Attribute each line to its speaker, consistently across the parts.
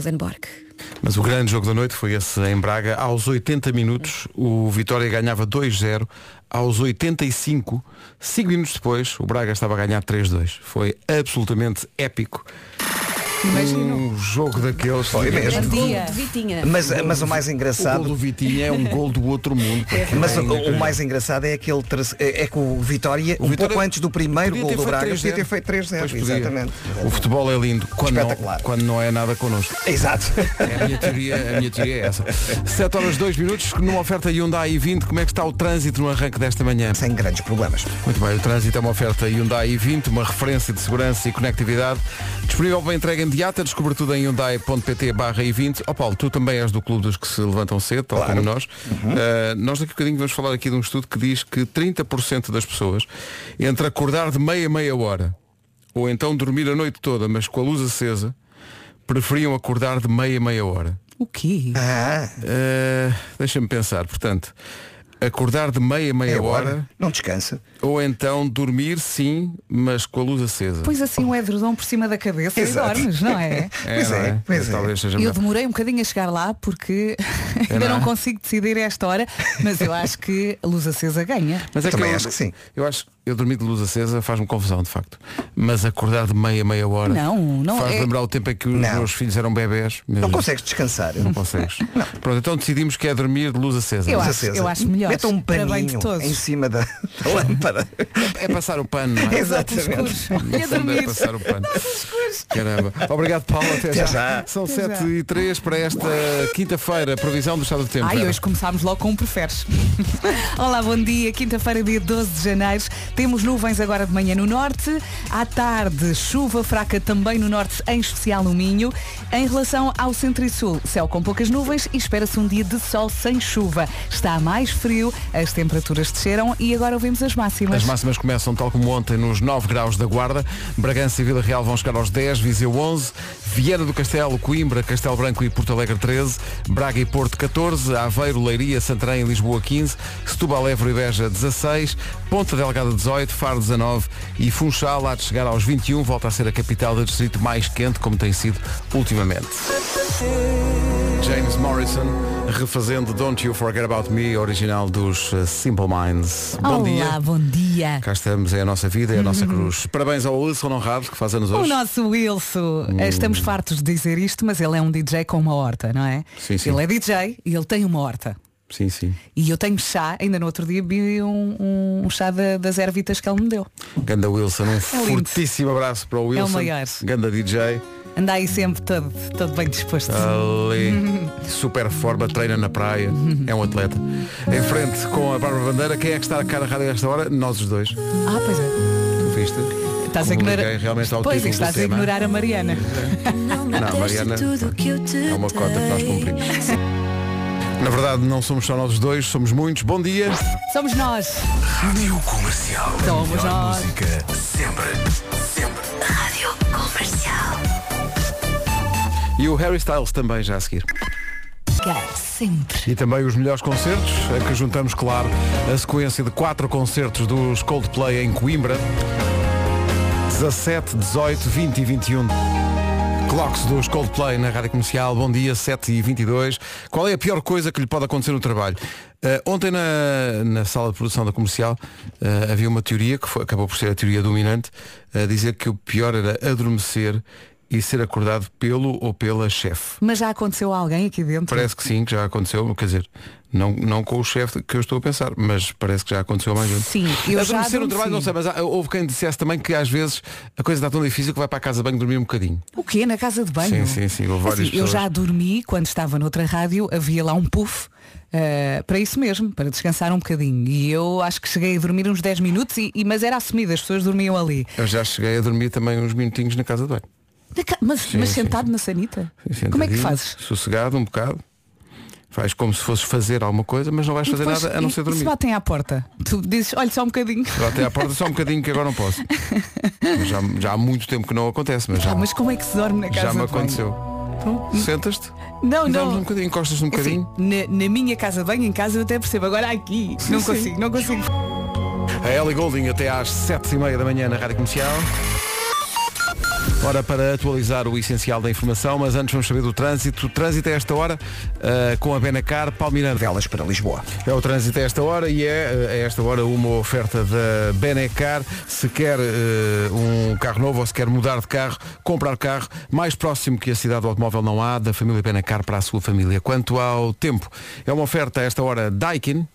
Speaker 1: Rosenborg.
Speaker 2: Mas o grande jogo da noite foi esse em Braga. Aos 80 minutos, o Vitória ganhava 2-0. Aos 85, 5 minutos depois, o Braga estava a ganhar 3-2. Foi absolutamente épico. Um jogo daqueles.
Speaker 3: Foi mesmo.
Speaker 1: Gol de Vitinha.
Speaker 3: Mas, mas o mais
Speaker 2: O gol do
Speaker 3: engraçado.
Speaker 2: Vitinha é um gol do outro mundo. pá.
Speaker 3: Mas
Speaker 2: É
Speaker 3: o, o
Speaker 2: inacreditável.
Speaker 3: mais engraçado é aquele terce- é é que o Vitória, um
Speaker 2: Vitória
Speaker 3: pouco antes do primeiro
Speaker 2: Podia
Speaker 3: gol
Speaker 2: ter
Speaker 3: do
Speaker 2: feito
Speaker 3: Braga,
Speaker 2: 3-0.
Speaker 3: podia ter feito 3-0.
Speaker 2: Pois podia.
Speaker 3: Exatamente.
Speaker 2: O futebol é lindo quando não,
Speaker 3: Espetacular.
Speaker 2: quando não é nada connosco.
Speaker 3: Exato.
Speaker 2: É a minha teoria, a minha teoria é essa. 7 horas 2 minutos, numa oferta Hyundai i20, como é que está o trânsito no arranque desta manhã?
Speaker 3: Sem grandes problemas.
Speaker 2: Muito bem, o trânsito é uma oferta Hyundai i20, uma referência de segurança e conectividade. Disponível para entrega imediata, descobre tudo em hyundai.pt barra i20. Ó Paulo, tu também és do clube dos que se levantam cedo, tal como nós. Uh, nós daqui a bocadinho vamos falar aqui de um estudo que diz que 30% das pessoas, entre acordar de meia a meia hora, ou então dormir a noite toda, mas com a luz acesa, preferiam acordar de meia a meia hora.
Speaker 1: O quê?
Speaker 3: Ah,
Speaker 2: Uh, Deixa-me pensar, portanto, acordar de meia a meia
Speaker 3: é
Speaker 2: hora
Speaker 3: hora. Não descansa.
Speaker 2: ou então dormir sim, mas com a luz acesa.
Speaker 4: Pões assim um edredom por cima da cabeça
Speaker 3: Exato.
Speaker 4: e dormes, não é?
Speaker 3: pois
Speaker 2: não
Speaker 3: é, pois é.
Speaker 2: Talvez seja
Speaker 4: Eu
Speaker 2: melhor.
Speaker 4: demorei um bocadinho a chegar lá porque
Speaker 2: É,
Speaker 4: ainda
Speaker 2: não é?
Speaker 4: não consigo decidir a esta hora, mas eu acho que a luz acesa ganha.
Speaker 2: Mas é
Speaker 3: Também acho que sim.
Speaker 2: Eu acho eu dormir de luz acesa faz-me confusão, de facto. Mas acordar de meia, meia hora
Speaker 4: Não, não
Speaker 2: faz
Speaker 4: é-
Speaker 2: lembrar o tempo em que os
Speaker 3: Não.
Speaker 2: meus filhos eram bebés. Meu
Speaker 3: Não
Speaker 2: Deus,
Speaker 3: consegues descansar.
Speaker 2: Não consegues. Pronto, então decidimos que é dormir de luz acesa.
Speaker 4: Eu
Speaker 3: Luz
Speaker 4: acho-
Speaker 3: acesa.
Speaker 4: eu acho melhor.
Speaker 3: Meta um
Speaker 4: Para bem de
Speaker 3: paninho
Speaker 4: todos.
Speaker 3: em cima da, da lâmpada.
Speaker 2: É passar o pano, não é?
Speaker 3: Exatamente.
Speaker 4: E
Speaker 2: No
Speaker 4: a
Speaker 2: fundo é
Speaker 4: dormir.
Speaker 2: passar o pano. Caramba. Obrigado, Paulo. Até já.
Speaker 3: já.
Speaker 2: São
Speaker 4: Até
Speaker 2: 7
Speaker 4: já.
Speaker 2: e 3 para esta quinta-feira. Previsão do estado do tempo.
Speaker 4: Ai,
Speaker 2: Vera.
Speaker 4: hoje começámos logo com um preferes. Olá, bom dia. Quinta-feira, dia 12 de janeiro. Temos nuvens agora de manhã no norte. À tarde, chuva fraca também no norte, em especial no Minho. Em relação ao centro e sul, céu com poucas nuvens e espera-se um dia de sol sem chuva. Está mais frio, as temperaturas desceram e agora ouvimos as máximas.
Speaker 2: As máximas começam, tal como ontem, nos 9 graus da Guarda. Bragança e Vila Real vão chegar aos 10, Viseu 11, Viana do Castelo, Coimbra, Castelo Branco e Porto Alegre 13, Braga e Porto 14, Aveiro, Leiria, Santarém e Lisboa 15, Setúbal, Évora e Beja 16, Ponta Delgada 18, Faro 19 e Funchal, há de chegar aos 21, volta a ser a capital do distrito mais quente, como tem sido ultimamente. James Morrison, refazendo Don't You Forget About Me, original dos eh, Simple Minds. Bom
Speaker 4: Olá,
Speaker 2: dia.
Speaker 4: bom dia.
Speaker 2: Cá estamos, é a nossa vida, é a nossa cruz. Parabéns ao Wilson Honrado, que faz anos
Speaker 4: Uhum. O
Speaker 2: hoje.
Speaker 4: nosso Wilson,
Speaker 2: Uh.
Speaker 4: estamos fartos de dizer isto, mas ele é um DJ com uma horta, não é?
Speaker 2: Sim, sim.
Speaker 4: Ele é DJ e ele tem uma horta.
Speaker 2: Sim, sim.
Speaker 4: E eu tenho chá, ainda no outro dia vi um, um- um chá da- das ervitas que ele me deu.
Speaker 2: Ganda Wilson,
Speaker 4: É
Speaker 2: um fortíssimo abraço para o Wilson.
Speaker 4: maior.
Speaker 2: Ganda DJ.
Speaker 4: Anda aí sempre todo, todo bem disposto.
Speaker 2: Ah.
Speaker 4: Uhum.
Speaker 2: Ali. Super forma, treina na praia. É um atleta. Em frente com a Bárbara Bandeira, quem é que está a cara a rádio a esta hora? Nós os dois. Tu
Speaker 4: Ah, pois é.
Speaker 2: viste?
Speaker 4: Estás a
Speaker 2: Como
Speaker 4: ignorar.
Speaker 2: liguei realmente ao
Speaker 4: Pois é
Speaker 2: título
Speaker 4: estás
Speaker 2: do
Speaker 4: a
Speaker 2: tema.
Speaker 4: ignorar a Mariana.
Speaker 2: Não, Mariana, é uma cota que nós cumprimos. Na verdade, não somos só nós os dois, somos muitos. Bom dia.
Speaker 4: Somos nós.
Speaker 5: Rádio Comercial.
Speaker 4: Somos
Speaker 5: Melhor
Speaker 4: nós.
Speaker 5: música sempre, sempre.
Speaker 6: Rádio Comercial.
Speaker 2: E o Harry Styles também já a seguir.
Speaker 4: é Sempre.
Speaker 2: E também os melhores concertos, a que juntamos, claro, a sequência de quatro concertos dos Coldplay em Coimbra. 17, 18, 20 e 21. Clocks dos Coldplay na Rádio Comercial, bom dia, 7 e 22. Qual é a pior coisa que lhe pode acontecer no trabalho? Eh, ontem na, na sala de produção da comercial eh, havia uma teoria, que foi- acabou por ser a teoria dominante, a dizer que o pior era adormecer e ser acordado pelo ou pela chefe.
Speaker 4: Mas já aconteceu a alguém aqui dentro?
Speaker 2: Parece que sim, que já aconteceu, quer dizer, não, não com o chefe que eu estou a pensar, mas parece que É já aconteceu a mais vezes.
Speaker 4: Sim, eu já
Speaker 2: Adormecer no
Speaker 4: adormeci.
Speaker 2: trabalho, não sei, mas há- houve quem dissesse também que às vezes a coisa está tão difícil que vai para a casa de banho dormir um bocadinho.
Speaker 4: O quê? Na casa de banho? Assim,
Speaker 2: Sim, sim, sim, houve várias
Speaker 4: eu
Speaker 2: pessoas.
Speaker 4: já dormi quando estava noutra rádio, havia lá um puff. eh, para isso mesmo, para descansar um bocadinho. E eu acho que cheguei a dormir uns 10 minutos, e, e- mas era assumido, as pessoas dormiam ali.
Speaker 2: Eu já cheguei a dormir também uns minutinhos na casa de banho.
Speaker 4: Na ca- Mas, mas
Speaker 2: sim,
Speaker 4: sentado na sanita?
Speaker 2: Sentadinho,
Speaker 4: Como é que fazes?
Speaker 2: Sossegado um bocado. Faz como se fosses fazer alguma coisa, mas não vais
Speaker 4: E
Speaker 2: fazer
Speaker 4: depois-
Speaker 2: nada a não
Speaker 4: e-
Speaker 2: ser
Speaker 4: e Se
Speaker 2: dormir.
Speaker 4: batem à porta, tu dizes, olha só um bocadinho.
Speaker 2: Até à porta só um bocadinho que agora não posso. Mas já, já há muito tempo que não acontece, mas já,
Speaker 4: Ah, mas como é que se dorme na casa?
Speaker 2: já me
Speaker 4: de banho?
Speaker 2: aconteceu. Então, Sentas-te,
Speaker 4: Não,
Speaker 2: dormes um
Speaker 4: não.
Speaker 2: bocadinho, encostas-te um
Speaker 4: Assim,
Speaker 2: bocadinho.
Speaker 4: na, na minha casa de banho, em casa eu até percebo. Agora aqui, não
Speaker 2: sim.
Speaker 4: consigo, não consigo.
Speaker 2: A Ellie Golding até às 7h30 da manhã na Rádio Comercial. Ora, para atualizar o essencial da informação, mas antes vamos saber do trânsito. O trânsito é esta hora, eh, com a Benacar, Palmeirante.
Speaker 3: Velas para Lisboa.
Speaker 2: É o trânsito a esta hora e é eh, a esta hora uma oferta da Benecar. Se quer eh, um carro novo ou se quer mudar de carro, comprar carro, mais próximo que a cidade do automóvel não há, da família Benecar para a sua família. Quanto ao tempo, é uma oferta a esta hora Daikin.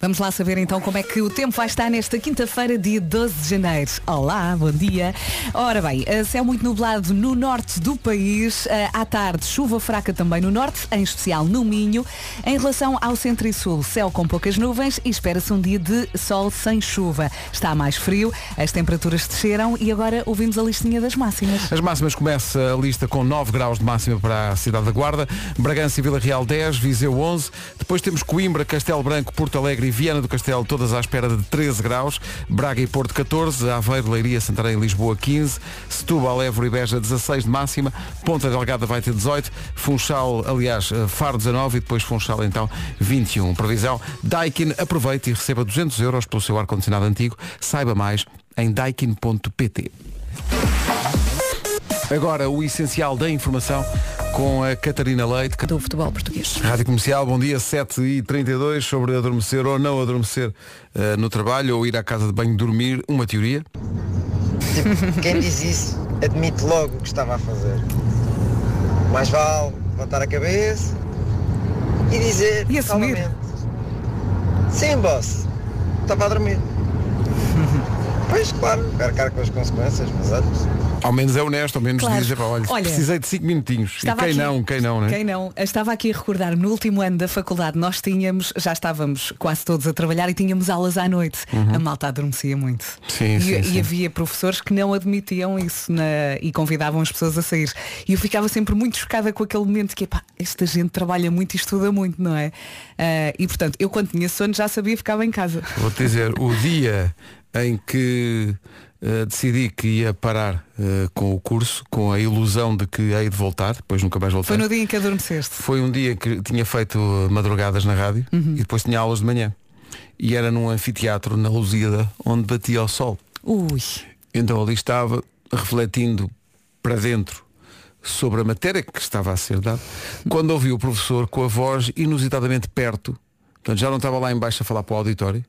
Speaker 4: Vamos lá saber então como é que o tempo vai estar nesta quinta-feira, dia 12 de janeiro. Olá, bom dia. Ora bem, eh, céu muito nublado no norte do país. Eh, À tarde, chuva fraca também no norte, em especial no Minho. Em relação ao centro e sul, céu com poucas nuvens e espera-se um dia de sol sem chuva. Está mais frio, as temperaturas desceram e agora ouvimos a listinha das máximas.
Speaker 2: As máximas começa a lista com 9 graus de máxima para a cidade da Guarda, Bragança e Vila Real 10, Viseu 11, depois temos Coimbra, Castelo Branco, Porto Alegre e Viana do Castelo, todas à espera de 13 graus, Braga e Porto 14, Aveiro, Leiria, Santarém e Lisboa 15, Setúbal, Évora e Beja 16 de máxima, Ponta Delgada vai ter 18, Funchal, aliás, eh, Faro 19 e depois Funchal então 21. Previsão, Daikin aproveite e receba 200 euros pelo seu ar-condicionado antigo, saiba mais em daikin.pt. Agora o essencial da informação com a Catarina Leite.
Speaker 4: Do futebol português.
Speaker 2: Rádio Comercial, bom dia, 7h32, sobre adormecer ou não adormecer eh, no trabalho ou ir à casa de banho dormir, uma teoria.
Speaker 1: Tipo, quem diz isso admite logo o que estava a fazer. Mais vale levantar a cabeça e dizer
Speaker 4: E assumir.
Speaker 1: calmamente. Sim, boss, estava a dormir. pois claro, carcar com as consequências, mas olha,
Speaker 2: Ao menos é honesto, ao menos
Speaker 4: Claro.
Speaker 2: diz, "Epá, olha,
Speaker 4: Olha,
Speaker 2: precisei de 5 minutinhos. E quem
Speaker 4: Estava aqui-
Speaker 2: não, quem não, né?
Speaker 4: Quem não? Estava aqui a recordar, no último ano da faculdade nós tínhamos, já estávamos quase todos a trabalhar e tínhamos aulas à noite. A malta adormecia muito.
Speaker 2: Uhum. Sim,
Speaker 4: e,
Speaker 2: sim,
Speaker 4: e
Speaker 2: sim.
Speaker 4: havia professores que não admitiam isso na- e convidavam as pessoas a sair. E eu ficava sempre muito chocada com aquele momento que, pá, esta gente trabalha muito e estuda muito, não é? Ah, e portanto, eu quando tinha sono já sabia ficava em casa.
Speaker 2: Vou-te dizer, o dia em que eh, decidi que ia parar eh, com o curso, com a ilusão de que hei de voltar, depois nunca mais voltei.
Speaker 4: Foi no dia em que adormeceste.
Speaker 2: Foi um dia que tinha feito madrugadas na rádio
Speaker 4: Uhum.
Speaker 2: e depois tinha aulas de manhã. E era num anfiteatro na Lusíada, onde batia o sol.
Speaker 4: Ui.
Speaker 2: Então ali estava, refletindo para dentro sobre a matéria que estava a ser dada, quando ouvi o professor com a voz inusitadamente perto, portanto já não estava lá embaixo a falar para o auditório,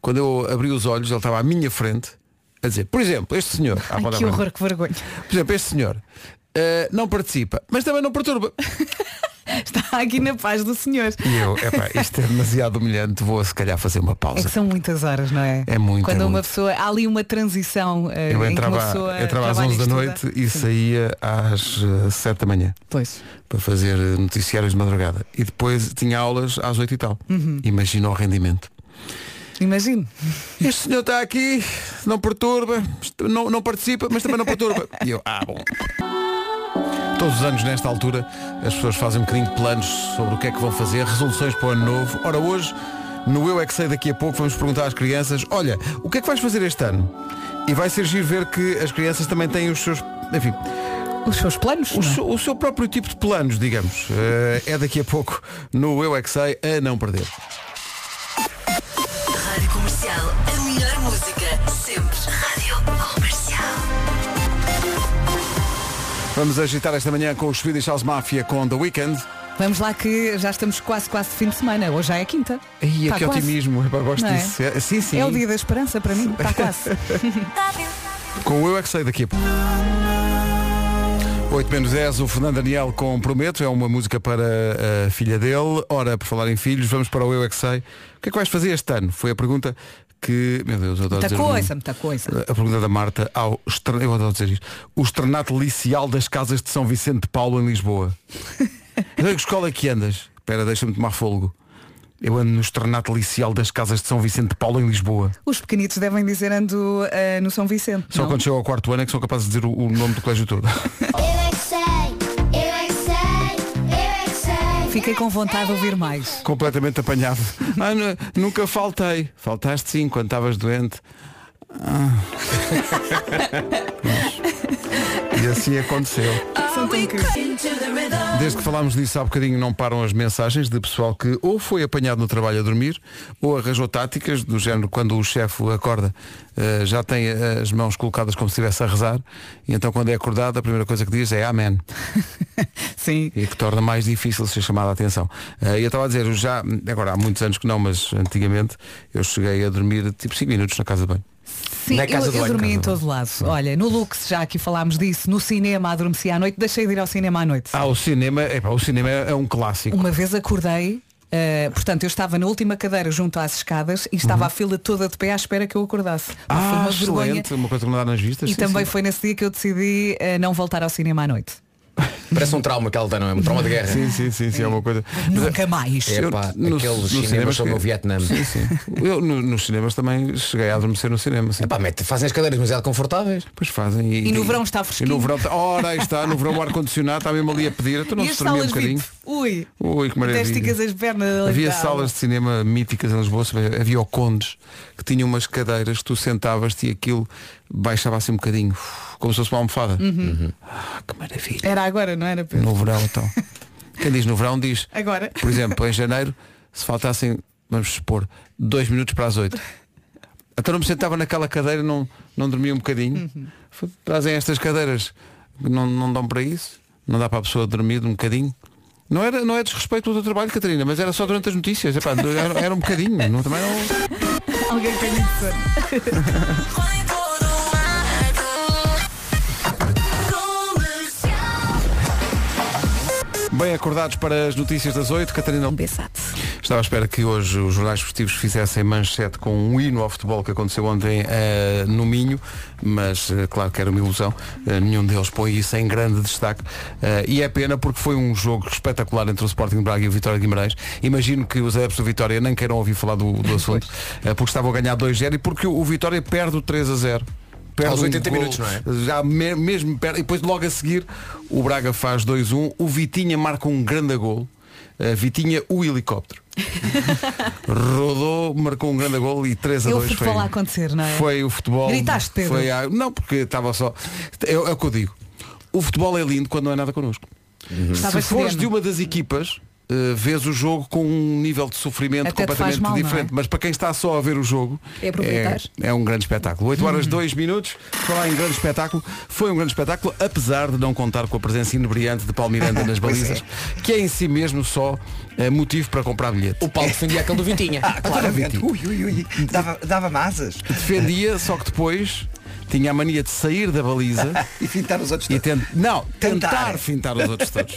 Speaker 2: quando eu abri os olhos, ele estava à minha frente, a dizer, por exemplo, este senhor, Ah, à
Speaker 4: Ai,
Speaker 2: roda
Speaker 4: que
Speaker 2: branca.
Speaker 4: horror, que vergonha.
Speaker 2: por exemplo, este senhor, eh, não participa, mas também não perturba.
Speaker 4: Está aqui na paz do senhor.
Speaker 2: E eu, epá, isto é demasiado humilhante, vou se calhar fazer uma
Speaker 4: É
Speaker 2: pausa.
Speaker 4: que são muitas horas, não é?
Speaker 2: É muito,
Speaker 4: Quando
Speaker 2: é
Speaker 4: uma
Speaker 2: muito.
Speaker 4: pessoa, há ali uma transição eh, em
Speaker 2: Eu
Speaker 4: que uma
Speaker 2: entrava,
Speaker 4: pessoa
Speaker 2: entrava às
Speaker 4: trabalha
Speaker 2: 11 da
Speaker 4: estuda.
Speaker 2: noite e saía às eh, 7 da manhã
Speaker 4: Pois.
Speaker 2: para fazer eh, noticiários de madrugada. E depois tinha aulas às 8 e tal.
Speaker 4: Uhum.
Speaker 2: Imagina o rendimento.
Speaker 4: Imagino.
Speaker 2: Este senhor está aqui, não perturba, est- não, não participa, mas também não perturba. E eu, ah, bom. Todos os anos, nesta altura, as pessoas fazem um bocadinho de planos sobre o que é que vão fazer, resoluções para o ano novo. Ora, hoje, no Eu É Que Sei, daqui a pouco, vamos perguntar às crianças, olha, o que é que vais fazer este ano? E vai ser giro ver que as crianças também têm os seus, enfim,
Speaker 4: Os seus planos?
Speaker 2: o,
Speaker 4: não é?
Speaker 2: seu, o seu próprio tipo de planos, digamos. Eh, é daqui a pouco, no Eu É Que Sei, a não perder.
Speaker 6: Rádio Comercial. A melhor música sempre. Rádio Comercial.
Speaker 2: Vamos agitar esta manhã com os Swedish House Mafia com The Weekend.
Speaker 4: Vamos lá que já estamos quase, quase de fim de semana. Hoje já é quinta.
Speaker 2: Ai, é
Speaker 4: Está
Speaker 2: que
Speaker 4: quase.
Speaker 2: otimismo, eu gosto
Speaker 4: Não é?
Speaker 2: disso. É- Sim, sim.
Speaker 4: É o dia da esperança para mim. Está quase.
Speaker 2: Com o Eu É Que Sei daqui a pouco. 8 menos 10, o Fernando Daniel com Prometo, é uma música para a filha dele. Ora, por falar em filhos, vamos para o Eu É Que Sei. O que é que vais fazer este ano? Foi a pergunta que, meu Deus, eu adoro
Speaker 4: muita
Speaker 2: dizer o nome.
Speaker 4: coisa, muita coisa.
Speaker 2: A pergunta da Marta ao estra- eu adoro dizer isto, o externato licial das casas de São Vicente de Paulo em Lisboa. Em que escola é que andas? Espera, deixa-me tomar fôlego. Eu ando no externato licial das casas de São Vicente de Paulo em Lisboa.
Speaker 4: Os pequenitos devem dizer ando eh, no São Vicente.
Speaker 2: Só
Speaker 4: não?
Speaker 2: quando chego ao quarto ano é que sou capaz de dizer o, o nome do colégio todo.
Speaker 7: Eu é que sei, eu é que sei, eu é que sei.
Speaker 4: Fiquei com vontade de ouvir mais.
Speaker 2: Completamente apanhado. Ah, nu- nunca faltei. Faltaste sim quando estavas doente. Ah. Pois. e assim aconteceu.
Speaker 4: São tão queridos.
Speaker 6: Into the rhythm.
Speaker 2: Desde que falámos disso há bocadinho não param as mensagens de pessoal que ou foi apanhado no trabalho a dormir ou arranjou táticas do género quando o chefe acorda eh, já tem as mãos colocadas como se estivesse a rezar e então quando é acordado a primeira coisa que diz é amém
Speaker 4: Sim.
Speaker 2: e que torna mais difícil ser chamada a atenção. Eh, eu estava a dizer, eu já, agora há muitos anos que não, mas antigamente eu cheguei a dormir tipo 5 minutos na casa de banho.
Speaker 4: Sim,
Speaker 3: Na casa
Speaker 4: eu,
Speaker 3: de
Speaker 4: eu
Speaker 3: banho,
Speaker 4: dormi
Speaker 3: casa
Speaker 4: em
Speaker 3: de
Speaker 4: todo lado. Olha, no Lux, já aqui falámos disso, no cinema adormeci à noite, deixei de ir ao cinema à noite.
Speaker 2: Ah, o cinema, epá, o cinema é um clássico.
Speaker 4: Uma vez acordei, eh, portanto, eu estava na última cadeira junto às escadas e estava a fila toda de pé à espera que eu acordasse. Mas foi
Speaker 2: Uhum. Ah,
Speaker 4: uma vergonha.
Speaker 2: excelente, uma coisa que não dá nas vistas.
Speaker 4: E
Speaker 2: sim,
Speaker 4: também
Speaker 2: sim.
Speaker 4: foi nesse dia que eu decidi eh, não voltar ao cinema à noite.
Speaker 8: Parece um trauma que ela tem, não é? Um trauma de guerra.
Speaker 2: Sim, sim, sim, sim, é uma coisa.
Speaker 4: Nunca mais.
Speaker 8: É pá,
Speaker 2: Eu- no- no
Speaker 8: aqueles
Speaker 2: cinema
Speaker 8: cinemas são
Speaker 2: que-
Speaker 8: no Vietnã.
Speaker 2: Sim, sim. Eu no- nos cinemas também cheguei a adormecer no cinema. Sim.
Speaker 8: É pá, mete- fazem as cadeiras demasiado confortáveis.
Speaker 2: Pois fazem.
Speaker 4: E no verão está fresquinho.
Speaker 2: E no verão, está- ora, aí está, no verão o ar-condicionado está mesmo ali a pedir. Então não
Speaker 4: e
Speaker 2: se
Speaker 4: as
Speaker 2: dormia um
Speaker 4: salas
Speaker 2: bocadinho.
Speaker 4: VIP? Ui,
Speaker 2: Ui, que
Speaker 4: até
Speaker 2: maravilha.
Speaker 4: esticas as pernas.
Speaker 2: Havia
Speaker 4: Não.
Speaker 2: salas de cinema míticas em Lisboa, sabe? havia o Condes, que tinha umas cadeiras, tu sentavas-te e aquilo baixava assim um bocadinho, uf, como se fosse uma almofada. Ah, que maravilha.
Speaker 4: Era agora, não era? Pedro?
Speaker 2: No verão então. Quem diz no verão diz,
Speaker 4: Agora.
Speaker 2: por exemplo, em janeiro, se faltassem, vamos supor, dois minutos para as oito. Então não me sentava naquela cadeira, não, não dormia um bocadinho. F- Trazem estas cadeiras, não, não dão para isso, não dá para a pessoa dormir um bocadinho. Não, era, não é desrespeito do teu trabalho, Catarina, mas era só durante as notícias. Epá, era, era um bocadinho, não, também não.
Speaker 4: Alguém tem isso.
Speaker 2: Bem acordados para as notícias das oito, Catarina.
Speaker 4: Bessate.
Speaker 2: Estava à espera que hoje os jornais esportivos fizessem manchete com um hino ao futebol que aconteceu ontem eh, no Minho, mas eh, claro que era uma ilusão, Eh, nenhum deles põe isso em grande destaque. Eh, e é pena porque foi um jogo espetacular entre o Sporting de Braga e o Vitória de Guimarães. Imagino que os adeptos do Vitória nem queiram ouvir falar do, do assunto, eh, porque estavam a ganhar 2-0 e porque o Vitória perde o 3 a 0. Perde
Speaker 8: Aos
Speaker 2: um
Speaker 8: 80
Speaker 2: golo,
Speaker 8: minutos, não é?
Speaker 2: já me- mesmo perto, e depois logo a seguir o Braga faz 2-1, o Vitinha marca um grande gol, a Vitinha o helicóptero. Rodou, marcou um grande gol e 3 a
Speaker 4: É o
Speaker 2: 2 foi.
Speaker 4: futebol a acontecer, não é?
Speaker 2: Foi o futebol.
Speaker 4: Gritaste, Pedro?
Speaker 2: Foi a- não, porque estava só. É, é o que eu digo. O futebol é lindo quando não é nada connosco. Se
Speaker 4: Estava
Speaker 2: fores
Speaker 4: sereno.
Speaker 2: de uma das equipas, eh, vês o jogo com um nível de sofrimento
Speaker 4: Até te faz
Speaker 2: completamente
Speaker 4: mal, não é?
Speaker 2: diferente. Mas para quem está só a ver o jogo,
Speaker 9: É aproveitar.
Speaker 2: é um grande espetáculo. 8
Speaker 4: Uhum.
Speaker 2: horas 2 minutos, falar em grande espetáculo. Foi um grande espetáculo, apesar de não contar com a presença inebriante de Paulo Miranda nas balizas, que é em si mesmo só eh, motivo para comprar bilhete.
Speaker 8: O Paulo defendia aquele do Vitinha.
Speaker 3: Ah, claramente. Ui, ui, ui. Dava, dava massas.
Speaker 2: defendia, só que depois tinha a mania de sair da baliza
Speaker 3: E fintar os outros.
Speaker 2: e
Speaker 3: todos.
Speaker 2: ten... não, tentar.
Speaker 3: Tentar.
Speaker 2: fintar os outros todos,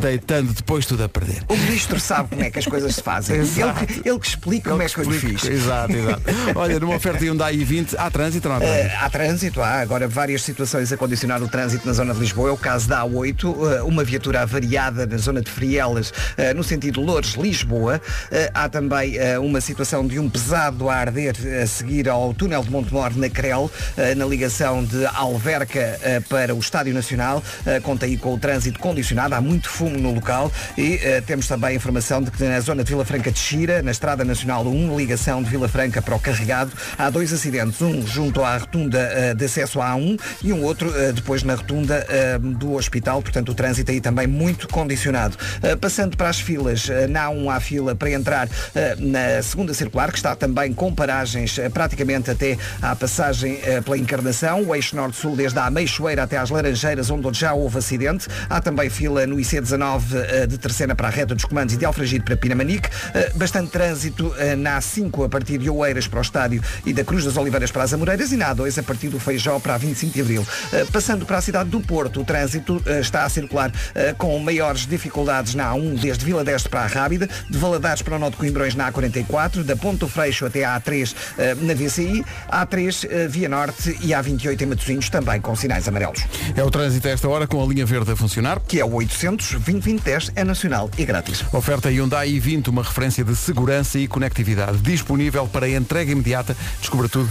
Speaker 2: deitando depois tudo a perder.
Speaker 3: O ministro sabe como é que as coisas se fazem.
Speaker 2: Exato.
Speaker 3: ele, que- ele que explica como é que eu lhe fiz.
Speaker 2: Exato, exato. Olha, numa oferta Hyundai i20, há trânsito, não há trânsito?
Speaker 3: Eh, há trânsito, há agora várias situações a condicionar o trânsito na zona de Lisboa. É o caso da A8, eh, uma viatura avariada na zona de Frielas, eh, no sentido Loures-Lisboa. Eh, há também eh, uma situação de um pesado a arder eh, a seguir ao túnel de Montemor na Crel, eh, na ligação de Alverca eh, para o Estádio Nacional. Eh, conta aí com o trânsito condicionado, há muito fumo no local e eh, temos também a informação de que na zona de Vila Franca de Xira, na Estrada Nacional 1, ligação de Vila Franca para o Carregado, há dois acidentes, um junto à rotunda eh, de acesso à A1 e um outro eh, depois na rotunda eh, do hospital, portanto o trânsito aí também muito condicionado. Eh, passando para as filas, eh, na A1 há fila para entrar eh, na segunda circular, que está também com paragens eh, praticamente até à passagem eh, pela Encarnação, o eixo norte-sul desde a Meixoeira até às Laranjeiras, onde já houve acidente. Há também fila no IC19 eh, de Terceira para a reta dos comandos e de Alfragide para Pinamanique. Eh, Bastante trânsito eh, na A5 a partir de Oeiras para o estádio e da Cruz das Oliveiras para as Amoreiras e na A2 a partir do Feijó para a 25 de Abril. Eh, Passando para a cidade do Porto, o trânsito eh, está a circular eh, com maiores dificuldades na A1 desde Vila Deste para a Rábida, de Valadares para o Nó de Coimbrões na A44, da Ponto Freixo até à A3 eh, na VCI, A3 eh, Via Norte e A28 em Matosinhos também com sinais amarelos.
Speaker 2: É o trânsito a esta hora com a linha verde a funcionar.
Speaker 3: Que é o 800 2010 é nacional e grátis.
Speaker 2: Oferta Hyundai i20, uma referência de segurança e conectividade. Disponível para entrega imediata. Descubra tudo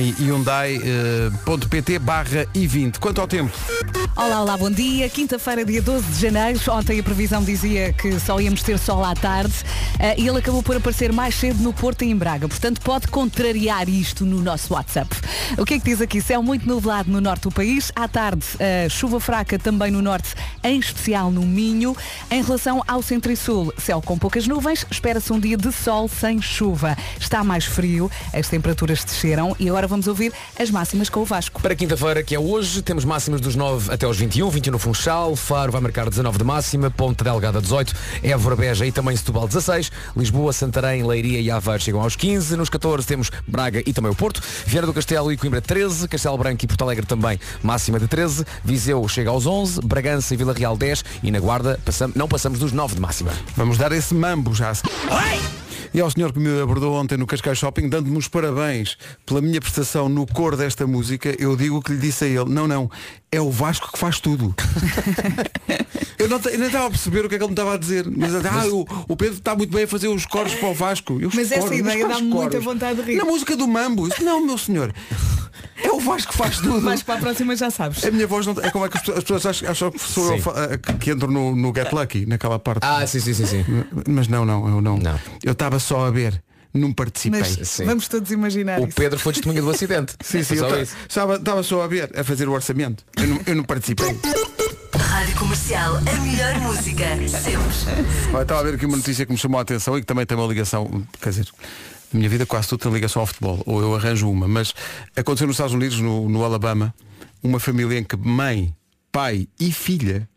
Speaker 2: em hyundai.pt barra i20. Quanto ao tempo?
Speaker 4: Olá, olá, bom dia. Quinta-feira, dia 12 de janeiro. Ontem a previsão dizia que só íamos ter sol à tarde eh, e ele acabou por aparecer mais cedo no Porto e em Braga. Portanto, pode contrariar isto no nosso WhatsApp. O que é que diz diz aqui, céu muito nublado no norte do país. À tarde, eh, chuva fraca também no norte, em especial no Minho. Em relação ao centro e sul, céu com poucas nuvens. Espera-se um dia de sol sem chuva. Está mais frio, as temperaturas desceram e agora vamos ouvir as máximas com o Vasco.
Speaker 8: Para quinta-feira, que é hoje, temos máximas dos 9 até aos 21, 21 no Funchal, Faro vai marcar 19 de máxima, Ponta Delgada 18, Évora Beja e também Setúbal 16, Lisboa, Santarém, Leiria e Aveiro chegam aos 15, nos 14 temos Braga e também o Porto, Vieira do Castelo e Coimbra 13, Castelo Branco e Porto Alegre também máxima de 13, Viseu chega aos 11, Bragança e Vila Real 10 e na Guarda passam- não passamos dos 9 de máxima.
Speaker 2: Vamos dar esse mambo já. a se- E ao senhor que me abordou ontem no Cascais Shopping, dando-me os parabéns pela minha prestação no cor desta música, eu digo o que lhe disse a ele. Não, não, é o Vasco que faz tudo. eu não, te- nem estava a perceber o que é que ele me estava a dizer. Mas, ah, o, o Pedro está muito bem a fazer os coros para o Vasco. Eu, os
Speaker 4: Mas essa
Speaker 2: coros,
Speaker 4: ideia
Speaker 2: quais
Speaker 4: dá-me muita
Speaker 2: coros?
Speaker 4: vontade de rir.
Speaker 2: Na música do Mambo. Eu disse, Não, meu senhor, é o Vasco que faz tudo.
Speaker 4: Vasco, para a próxima já sabes.
Speaker 2: A minha voz não. É como é que as pessoas- as pessoas acham, acham que sou eu
Speaker 8: Sim.
Speaker 2: fa- eh, que- que entro no, no Get Lucky, naquela parte.
Speaker 8: Ah, sim, sim, sim, sim.
Speaker 2: Mas não, não, eu não.
Speaker 8: Não.
Speaker 2: Eu estava só a ver, não participei.
Speaker 4: Mas
Speaker 8: sim.
Speaker 4: vamos todos imaginar
Speaker 8: O
Speaker 4: isso.
Speaker 8: Pedro foi testemunha do acidente.
Speaker 2: Sim, sim,
Speaker 8: Só
Speaker 2: eu
Speaker 8: isso.
Speaker 2: estava só a ver, a fazer o orçamento. Eu não, eu não participei.
Speaker 6: Rádio Comercial, a melhor música, sempre.
Speaker 2: Olha, Estava a ver aqui uma notícia que me chamou a atenção e que também tem uma ligação, quer dizer, na minha vida quase tudo tem ligação ao futebol, ou eu arranjo uma, mas aconteceu nos Estados Unidos, no, no Alabama, uma família em que mãe, pai e filha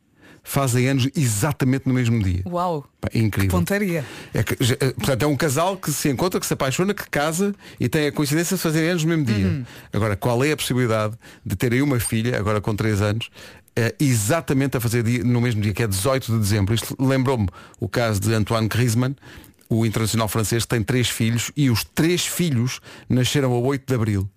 Speaker 2: fazem anos exatamente no mesmo dia.
Speaker 4: Uau,
Speaker 2: Pá, É incrível.
Speaker 4: pontaria.
Speaker 2: É que, já, eh, portanto, é um casal que se encontra, que se apaixona, que casa e tem a coincidência de fazerem anos no mesmo dia.
Speaker 4: Uhum.
Speaker 2: Agora, qual é a possibilidade de terem uma filha, agora com 3 anos, eh, exatamente a fazer dia- no mesmo dia, que é 18 de dezembro? Isto lembrou-me o caso de Antoine Griezmann, o internacional francês, que tem três filhos e os três filhos nasceram a 8 de abril.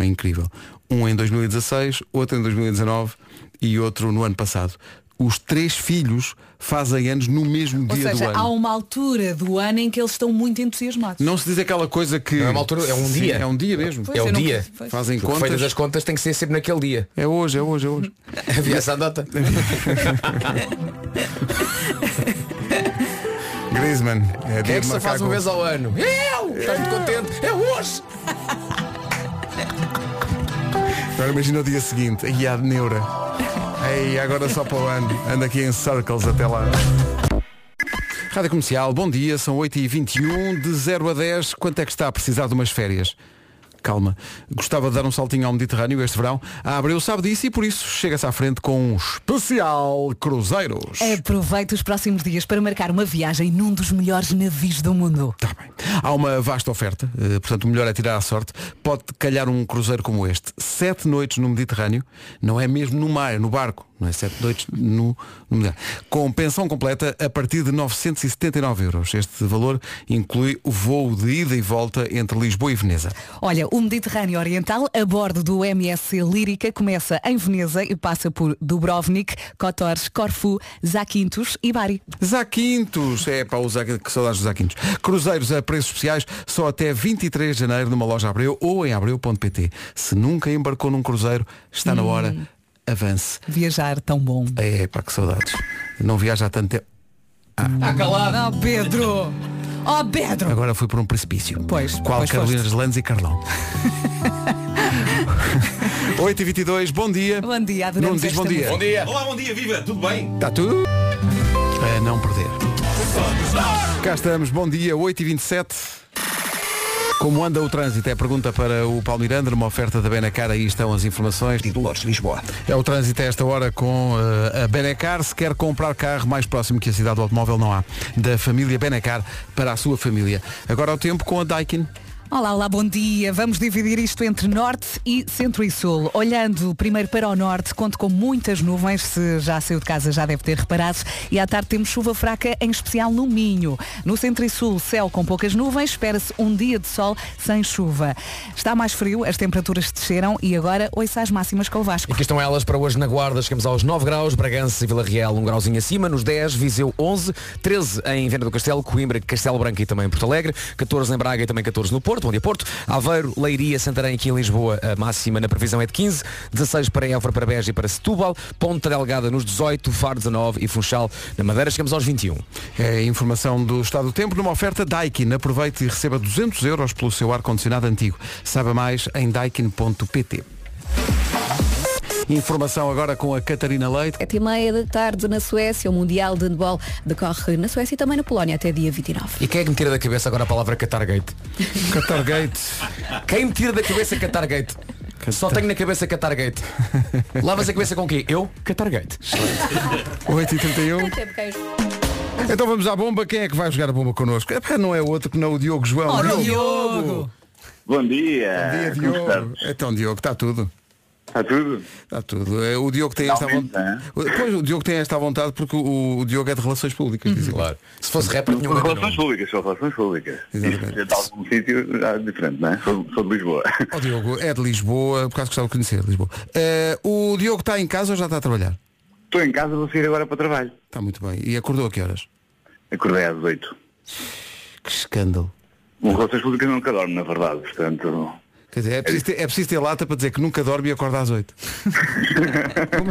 Speaker 2: É incrível. Um em 2016, outro em 2019 e outro no ano passado. Os três filhos fazem anos no mesmo
Speaker 4: Ou
Speaker 2: dia do
Speaker 4: seja,
Speaker 2: ano.
Speaker 4: há um uma altura do ano em que eles estão muito entusiasmados.
Speaker 2: Não se diz aquela coisa que.
Speaker 8: Não é uma altura, é um
Speaker 2: Sim,
Speaker 8: dia.
Speaker 2: É um dia mesmo.
Speaker 4: Pois,
Speaker 8: É
Speaker 4: eu
Speaker 8: o
Speaker 4: não-
Speaker 8: dia.
Speaker 4: pois.
Speaker 2: Fazem
Speaker 8: Porque
Speaker 2: contas.
Speaker 8: Feitas as contas tem que ser sempre naquele dia. é
Speaker 2: É hoje, é hoje, é hoje.
Speaker 8: Havia essa data.
Speaker 2: Griezmann. É dia
Speaker 8: Quem é que
Speaker 2: de
Speaker 8: só faz
Speaker 2: macaco.
Speaker 8: uma vez ao ano? Eu! Estou muito contente. É hoje!
Speaker 2: Agora imagina o dia seguinte. E a neura. Ei, agora só para o ano. Anda aqui em circles até lá. Rádio Comercial, bom dia, são 8h21, de 0 a 10, quanto é que está a precisar de umas férias? Calma, gostava de dar um saltinho ao Mediterrâneo este verão. A Abreu sabe disso e por isso chega-se à frente com um especial Cruzeiros.
Speaker 4: É Aproveite os próximos dias para marcar uma viagem num dos melhores navios do mundo.
Speaker 2: Está Tá bem. Há uma vasta oferta, eh, portanto o melhor é tirar à sorte. Pode calhar um cruzeiro como este. Sete noites no Mediterrâneo, não é mesmo no mar, é no barco, não é sete noites no, no Mediterrâneo. Com pensão completa a partir de 979 euros. Este valor inclui o voo de ida e volta entre Lisboa e Veneza.
Speaker 4: Olha, o Mediterrâneo Oriental, a bordo do MSC Lírica, começa em Veneza e passa por Dubrovnik, Cotores, Corfu, Zakynthos e Bari.
Speaker 2: Zaquintos, é para usar que saudades dos Zaquintos. Cruzeiros a preços especiais só até 23 de janeiro numa loja Abreu ou em abreu.pt. Se nunca embarcou num cruzeiro, está na hora, avance.
Speaker 4: Viajar tão bom.
Speaker 2: É, pá, que saudades. Não viajo há tanto tempo.
Speaker 4: Oh Pedro! Oh Pedro!
Speaker 2: Agora fui por um precipício.
Speaker 4: Pois,
Speaker 2: Qual
Speaker 4: pois
Speaker 2: Carolina Landes e Carlão. 8h22, bom dia.
Speaker 4: Bom dia,
Speaker 2: Não
Speaker 4: adoramos
Speaker 2: diz
Speaker 4: esta
Speaker 2: bom dia.
Speaker 4: música.
Speaker 8: dia!
Speaker 5: Olá, bom dia, viva, tudo bem?
Speaker 2: Está tudo? A É, não perder. Cá estamos, bom dia, 8h27. Como anda o trânsito? É a pergunta para o Paulo Miranda, numa oferta da Benacar, aí estão as informações.
Speaker 3: de Dolores, Lisboa.
Speaker 2: É o trânsito a esta hora com eh, a Benacar. Se quer comprar carro mais próximo que a cidade do automóvel, não há. Da família Benacar para a sua família. Agora ao tempo com a Daikin.
Speaker 4: Olá, olá, bom dia. Vamos dividir isto entre norte e centro e sul. Olhando primeiro para o norte, conto com muitas nuvens, se já saiu de casa já deve ter reparado, e à tarde temos chuva fraca, em especial no Minho. No centro e sul, céu com poucas nuvens, espera-se um dia de sol sem chuva. Está mais frio, as temperaturas desceram e agora ouça as máximas com o
Speaker 8: E
Speaker 4: Vasco.
Speaker 8: aqui estão elas para hoje na Guarda. Chegamos aos 9 graus, Bragança e Vila Real 1 grauzinho acima, nos 10, Viseu 11, 13 em Venda do Castelo, Coimbra, Castelo Branco e também Porto Alegre, 14 em Braga e também 14 no Porto, bom dia Porto, Aveiro, Leiria, Santarém aqui em Lisboa, a máxima na previsão é de 15, 16 para Évora, para Beja e para Setúbal, Ponta Delgada nos 18, Faro 19 e Funchal na Madeira. Chegamos aos 21.
Speaker 2: É a informação do estado do tempo numa oferta Daikin. Aproveite e receba 200 euros pelo seu ar-condicionado antigo. Saiba mais em daikin.pt. Informação agora com a Catarina Leite.
Speaker 9: Sete e meia da tarde na Suécia, o Mundial de Handball decorre na Suécia e também na Polónia até dia 29.
Speaker 8: E quem é que me tira da cabeça agora a palavra Catargate?
Speaker 2: Catargate.
Speaker 8: Quem me tira da cabeça Catargate? Só tenho na cabeça Catargate. Lavas a cabeça com quê? Eu? Catargate.
Speaker 2: 8h31.
Speaker 9: Até porque é-
Speaker 2: Então vamos à bomba. Quem é que vai jogar a bomba connosco? Epá, não é outro que não o Diogo João.
Speaker 4: Ora,
Speaker 2: Diogo.
Speaker 4: Diogo!
Speaker 10: Bom
Speaker 2: Bom dia,
Speaker 10: dia. Ah, Como
Speaker 2: Diogo.
Speaker 10: estás?
Speaker 2: Então, Diogo, está tudo.
Speaker 10: Está tudo?
Speaker 2: Está tudo. É, O Diogo tem esta
Speaker 10: Finalmente,
Speaker 2: vontade. Pois, o Diogo tem esta vontade porque o, o Diogo é de relações públicas, diz ele.
Speaker 8: Claro. Se fosse rapper, tinha um grande
Speaker 10: Relações
Speaker 8: nome.
Speaker 10: públicas, são relações públicas.
Speaker 2: Exatamente.
Speaker 10: Isto é de algum sítio já é diferente, não é? Sou, sou de Lisboa.
Speaker 2: Ó Diogo, é de Lisboa, por causa que gostava de conhecer Lisboa. Eh, o Diogo está em casa ou já está a trabalhar?
Speaker 10: Estou em casa, vou sair agora para o trabalho.
Speaker 2: Está muito bem. E acordou a que horas?
Speaker 10: Acordei às 8.
Speaker 2: Que escândalo.
Speaker 10: Um relações públicas nunca dorme, na verdade, portanto.
Speaker 2: Quer dizer, é preciso, ter, é preciso ter lata para dizer que nunca dorme e acorda às oito. como,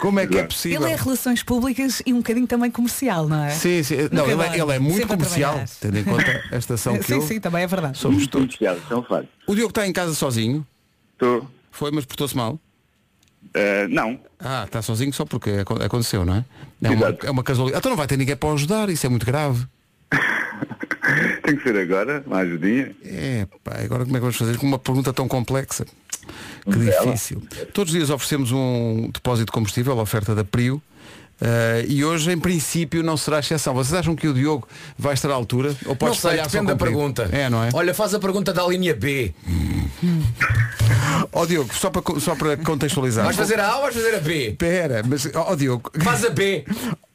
Speaker 2: como é que é
Speaker 10: Exato.
Speaker 2: possível?
Speaker 4: Ele é relações públicas e um bocadinho também comercial, não é?
Speaker 2: Sim, sim. Não, ele, é-
Speaker 4: dorme.
Speaker 2: ele é muito
Speaker 4: Sempre a
Speaker 2: comercial,
Speaker 4: trabalhar.
Speaker 2: tendo em conta a estação que
Speaker 4: Sim,
Speaker 2: eu
Speaker 4: sim, também é verdade.
Speaker 2: somos todos.
Speaker 10: Especial, são fatos.
Speaker 2: O Diogo está em casa sozinho,
Speaker 10: é um Estou.
Speaker 2: foi, mas portou-se mal.
Speaker 10: eh, não.
Speaker 2: Ah, está sozinho só porque aco- aconteceu, não é? É uma,
Speaker 10: Exato.
Speaker 2: é uma casualidade. Então não vai ter ninguém para o ajudar, isso é muito grave.
Speaker 10: Tem que ser agora, uma ajudinha.
Speaker 2: É, pá, agora como é que vamos fazer com uma pergunta tão complexa? Que difícil. Todos os dias oferecemos um depósito de combustível, a oferta da Prio. eh, e hoje, em princípio, não será exceção. Vocês acham que o Diogo vai estar à altura? Ou pode
Speaker 8: Não sei,
Speaker 2: falhar só
Speaker 8: depende da
Speaker 2: com Prio?
Speaker 8: pergunta.
Speaker 2: É, não é?
Speaker 8: Olha, faz a pergunta da linha B.
Speaker 2: Ó Diogo, só para, co- só para contextualizar.
Speaker 8: Vais fazer a A ou vais fazer a B?
Speaker 2: Espera, mas ó ó, Diogo.
Speaker 8: Faz a B.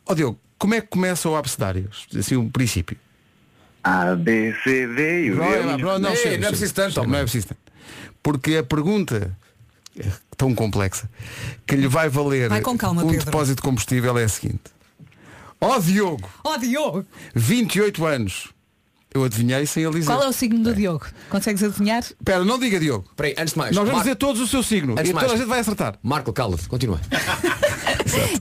Speaker 2: Ó Diogo, como é que começa o abecedário? Assim, o princípio.
Speaker 10: A, B, C, D um e o
Speaker 2: Bro,
Speaker 10: D.
Speaker 2: é lá, bro,
Speaker 8: Ei,
Speaker 2: chega,
Speaker 8: não é
Speaker 2: chega,
Speaker 8: preciso tanto,
Speaker 2: chega,
Speaker 8: homem.
Speaker 2: Não é preciso tanto. Porque a pergunta é tão complexa que lhe vai valer
Speaker 4: Vai com calma,
Speaker 2: um
Speaker 4: Pedro.
Speaker 2: depósito de combustível é a seguinte. Ó Diogo,
Speaker 4: Ó Diogo!
Speaker 2: 28 anos. Eu adivinhei sem ele dizer.
Speaker 4: Qual é o signo do Diogo? Consegues adivinhar?
Speaker 2: Espera, não diga Diogo.
Speaker 8: Peraí, antes de mais.
Speaker 2: Nós vamos
Speaker 8: Mar-
Speaker 2: dizer todos o seu signo.
Speaker 8: Antes
Speaker 2: e
Speaker 8: mais.
Speaker 2: toda a gente vai acertar.
Speaker 8: Marco, cala-te, continua.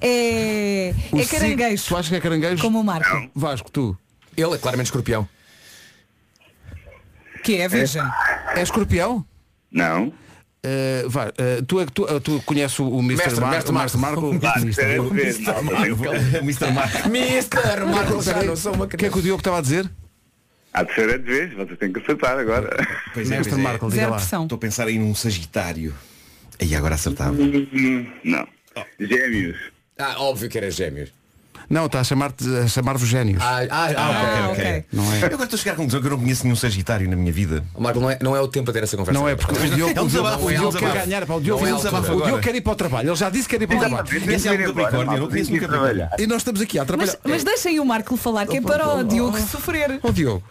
Speaker 4: É,
Speaker 2: O
Speaker 4: é caranguejo,
Speaker 2: signo- Tu achas que é caranguejo?
Speaker 4: como o Marco,
Speaker 2: Vasco, tu.
Speaker 8: Ele é claramente escorpião.
Speaker 4: que é a virgem.
Speaker 2: É escorpião?
Speaker 10: Não.
Speaker 2: Uh, vai, uh, tu, é que tu, uh, tu conheces o Mr.
Speaker 8: Mestre,
Speaker 2: Mar-
Speaker 8: mestre
Speaker 2: o Mr. Marco?
Speaker 10: Ah, isto é D, malta.
Speaker 2: Mr. Marco.
Speaker 8: Mister Marco, já não sou uma
Speaker 2: O que é que o Diogo estava a dizer?
Speaker 10: A terceira é de vez, vocês têm que acertar agora.
Speaker 5: Pois é.
Speaker 2: Mestre Marco, diga
Speaker 4: Zero
Speaker 2: lá.
Speaker 4: pressão.
Speaker 5: Estou a pensar em um Sagitário. E agora acertava.
Speaker 8: Uhum.
Speaker 10: Não.
Speaker 2: Oh.
Speaker 10: Gêmeos.
Speaker 8: Ah, óbvio que era gêmeos.
Speaker 2: Não, está a chamar-te a chamar-vos génios.
Speaker 8: Ah, ah, ah,
Speaker 4: Ah,
Speaker 8: ok.
Speaker 4: ok.
Speaker 2: Não é?
Speaker 5: Eu agora estou a chegar à conclusão que eu não conheço nenhum Sagitário na minha vida.
Speaker 8: O Marco, não é, não é o tempo a ter essa conversa.
Speaker 2: Não é porque o Diogo,
Speaker 5: É um
Speaker 2: o Diogo-
Speaker 5: desabafo,
Speaker 2: o
Speaker 5: é um
Speaker 2: Diogo quer
Speaker 5: desabafo.
Speaker 2: ganhar pá, o Diogo,
Speaker 5: Não é
Speaker 2: o
Speaker 5: um desabafo
Speaker 2: Diogo
Speaker 5: agora.
Speaker 2: quer ir para o trabalho. Ele já disse que quer ir para é o trabalho.
Speaker 10: Tem que
Speaker 5: Conhece
Speaker 10: ir
Speaker 5: algum
Speaker 10: embora,
Speaker 5: Capricórnio?
Speaker 10: malta,
Speaker 5: Não
Speaker 10: tem
Speaker 5: conheço
Speaker 10: que ir
Speaker 5: nenhum
Speaker 10: trabalhar.
Speaker 2: E nós estamos aqui a trabalhar.
Speaker 4: Mas, mas deixem o Marco falar, que é para o Diogo sofrer.
Speaker 2: Ó Diogo,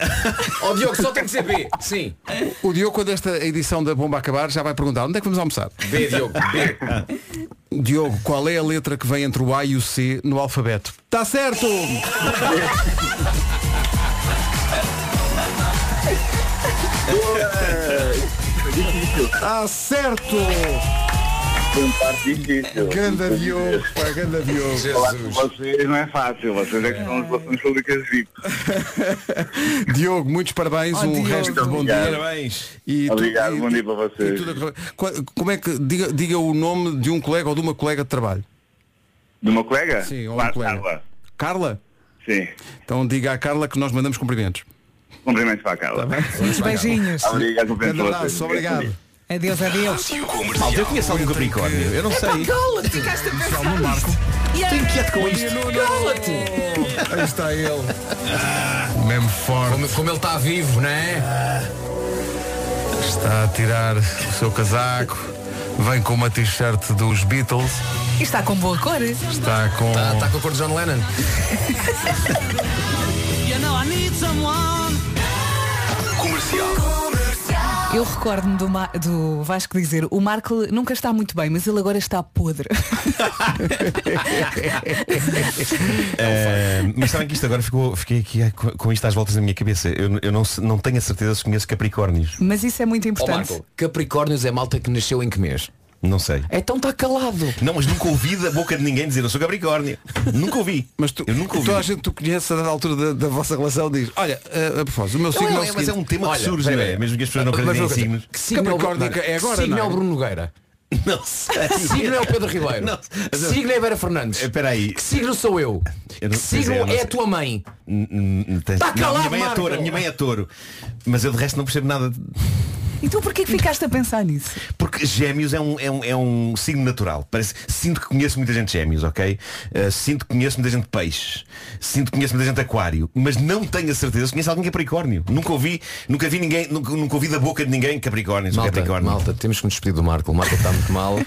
Speaker 8: Ó Diogo, só tem que ser B. Sim.
Speaker 2: o Diogo, quando esta edição da bomba acabar, já vai perguntar onde é que vamos almoçar?
Speaker 8: B, Diogo. B.
Speaker 2: Diogo, qual é a letra que vem entre o A e o C no alfabeto? Está certo! Está Tá certo!
Speaker 10: Foi um par difícil.
Speaker 2: Ganda Diogo, pá, ganda Diogo.
Speaker 10: Falar é com vocês não é fácil, vocês é que são as relações públicas VIP.
Speaker 2: Diogo, muitos parabéns,
Speaker 4: Ó,
Speaker 2: um
Speaker 4: Diogo.
Speaker 2: resto de bom dia.
Speaker 5: Parabéns.
Speaker 2: E tu-
Speaker 10: Oh, Obrigado,
Speaker 2: e-
Speaker 10: bom dia para
Speaker 2: e
Speaker 10: vocês.
Speaker 2: tudo a correr bem. Qua- Como é que diga, diga o nome de um colega ou de uma colega de trabalho?
Speaker 10: De uma colega?
Speaker 2: Sim, ou um
Speaker 10: Claro,
Speaker 2: colega.
Speaker 10: Carla.
Speaker 2: Carla?
Speaker 10: Sim.
Speaker 2: Então diga à Carla que nós mandamos cumprimentos.
Speaker 10: Cumprimentos para a Carla.
Speaker 2: Tá
Speaker 4: Uns beijinhos.
Speaker 10: Obrigado,
Speaker 2: Grande
Speaker 10: cumprimentos para vocês.
Speaker 2: abraço, obrigado.
Speaker 4: Adeus, adeus.
Speaker 5: Malta, eu conheço algum Capricórnio. Eu não sei.
Speaker 4: Ficaste a pensar.
Speaker 5: Estou inquieto com isto.
Speaker 2: Aí está ele. Mesmo forte.
Speaker 8: Ah.
Speaker 2: Ah.
Speaker 8: Como, como ele está vivo, não é?
Speaker 2: Está a tirar o seu casaco. Vem com uma t-shirt dos Beatles.
Speaker 4: E está com boa cor.
Speaker 2: Está com.
Speaker 8: Está está Tá, com a cor de John Lennon.
Speaker 4: Eu recordo-me do, Ma- do Vasco dizer o Marco nunca está muito bem, mas ele agora está podre.
Speaker 5: Eh, mas sabem que isto agora ficou, fiquei aqui eh, co- com isto às voltas na minha cabeça. Eu, eu não, se- não tenho a certeza se conheço Capricórnios.
Speaker 4: Mas isso é muito
Speaker 8: Ó
Speaker 4: importante.
Speaker 8: Marco, Capricórnios é malta que nasceu em que mês?
Speaker 5: Não sei.
Speaker 8: Então está calado.
Speaker 5: Não, mas nunca ouvi da boca de ninguém dizer eu sou Capricórnio. Nunca ouvi.
Speaker 2: Mas tu,
Speaker 5: eu nunca ouvi.
Speaker 2: toda a gente que tu conheces a dada altura da, da vossa relação diz, olha, eh, a propósito, o meu signo
Speaker 5: Não,
Speaker 2: é
Speaker 5: é,
Speaker 2: o
Speaker 5: mas é
Speaker 2: seguinte.
Speaker 5: um tema
Speaker 8: Olha,
Speaker 5: que surge,
Speaker 8: peraí,
Speaker 5: não é?
Speaker 8: peraí.
Speaker 5: Mesmo que as pessoas não
Speaker 8: Mas
Speaker 5: acreditem
Speaker 8: uma
Speaker 5: em
Speaker 8: coisa,
Speaker 5: signos.
Speaker 8: Que signo é o-
Speaker 2: Capricórnio é agora,
Speaker 8: que signo
Speaker 2: não
Speaker 8: é
Speaker 2: é?
Speaker 8: o Bruno Nogueira?
Speaker 5: Não sei.
Speaker 8: Que signo é o Pedro Ribeiro?
Speaker 5: Não.
Speaker 8: Que signo é a Vera Fernandes?
Speaker 5: Espera aí.
Speaker 8: Que signo sou eu? que
Speaker 5: Eu não-
Speaker 8: signo
Speaker 5: pois é, eu não
Speaker 8: é
Speaker 5: sei.
Speaker 8: a tua mãe?
Speaker 5: N- n- n- tens-
Speaker 8: Tá
Speaker 5: Não,
Speaker 8: calado,
Speaker 5: a minha mãe é
Speaker 8: Marco.
Speaker 5: touro, a minha mãe é touro. Mas eu de resto não percebo nada. de-
Speaker 4: E tu Então porquê que ficaste a pensar nisso?
Speaker 5: Porque gêmeos é um, é um, é um signo natural. Parece, sinto que conheço muita gente de gêmeos, ok? Uh, sinto que conheço muita gente de peixe. Sinto que conheço muita gente de aquário. Mas não tenho a certeza se conheço alguém capricórnio. Nunca ouvi, nunca vi ninguém, nunca, nunca ouvi da boca de ninguém capricórnio. sou é?
Speaker 8: Malta,
Speaker 5: capricórnio.
Speaker 8: malta, temos que nos despedir do Marco. O Marco está muito mal.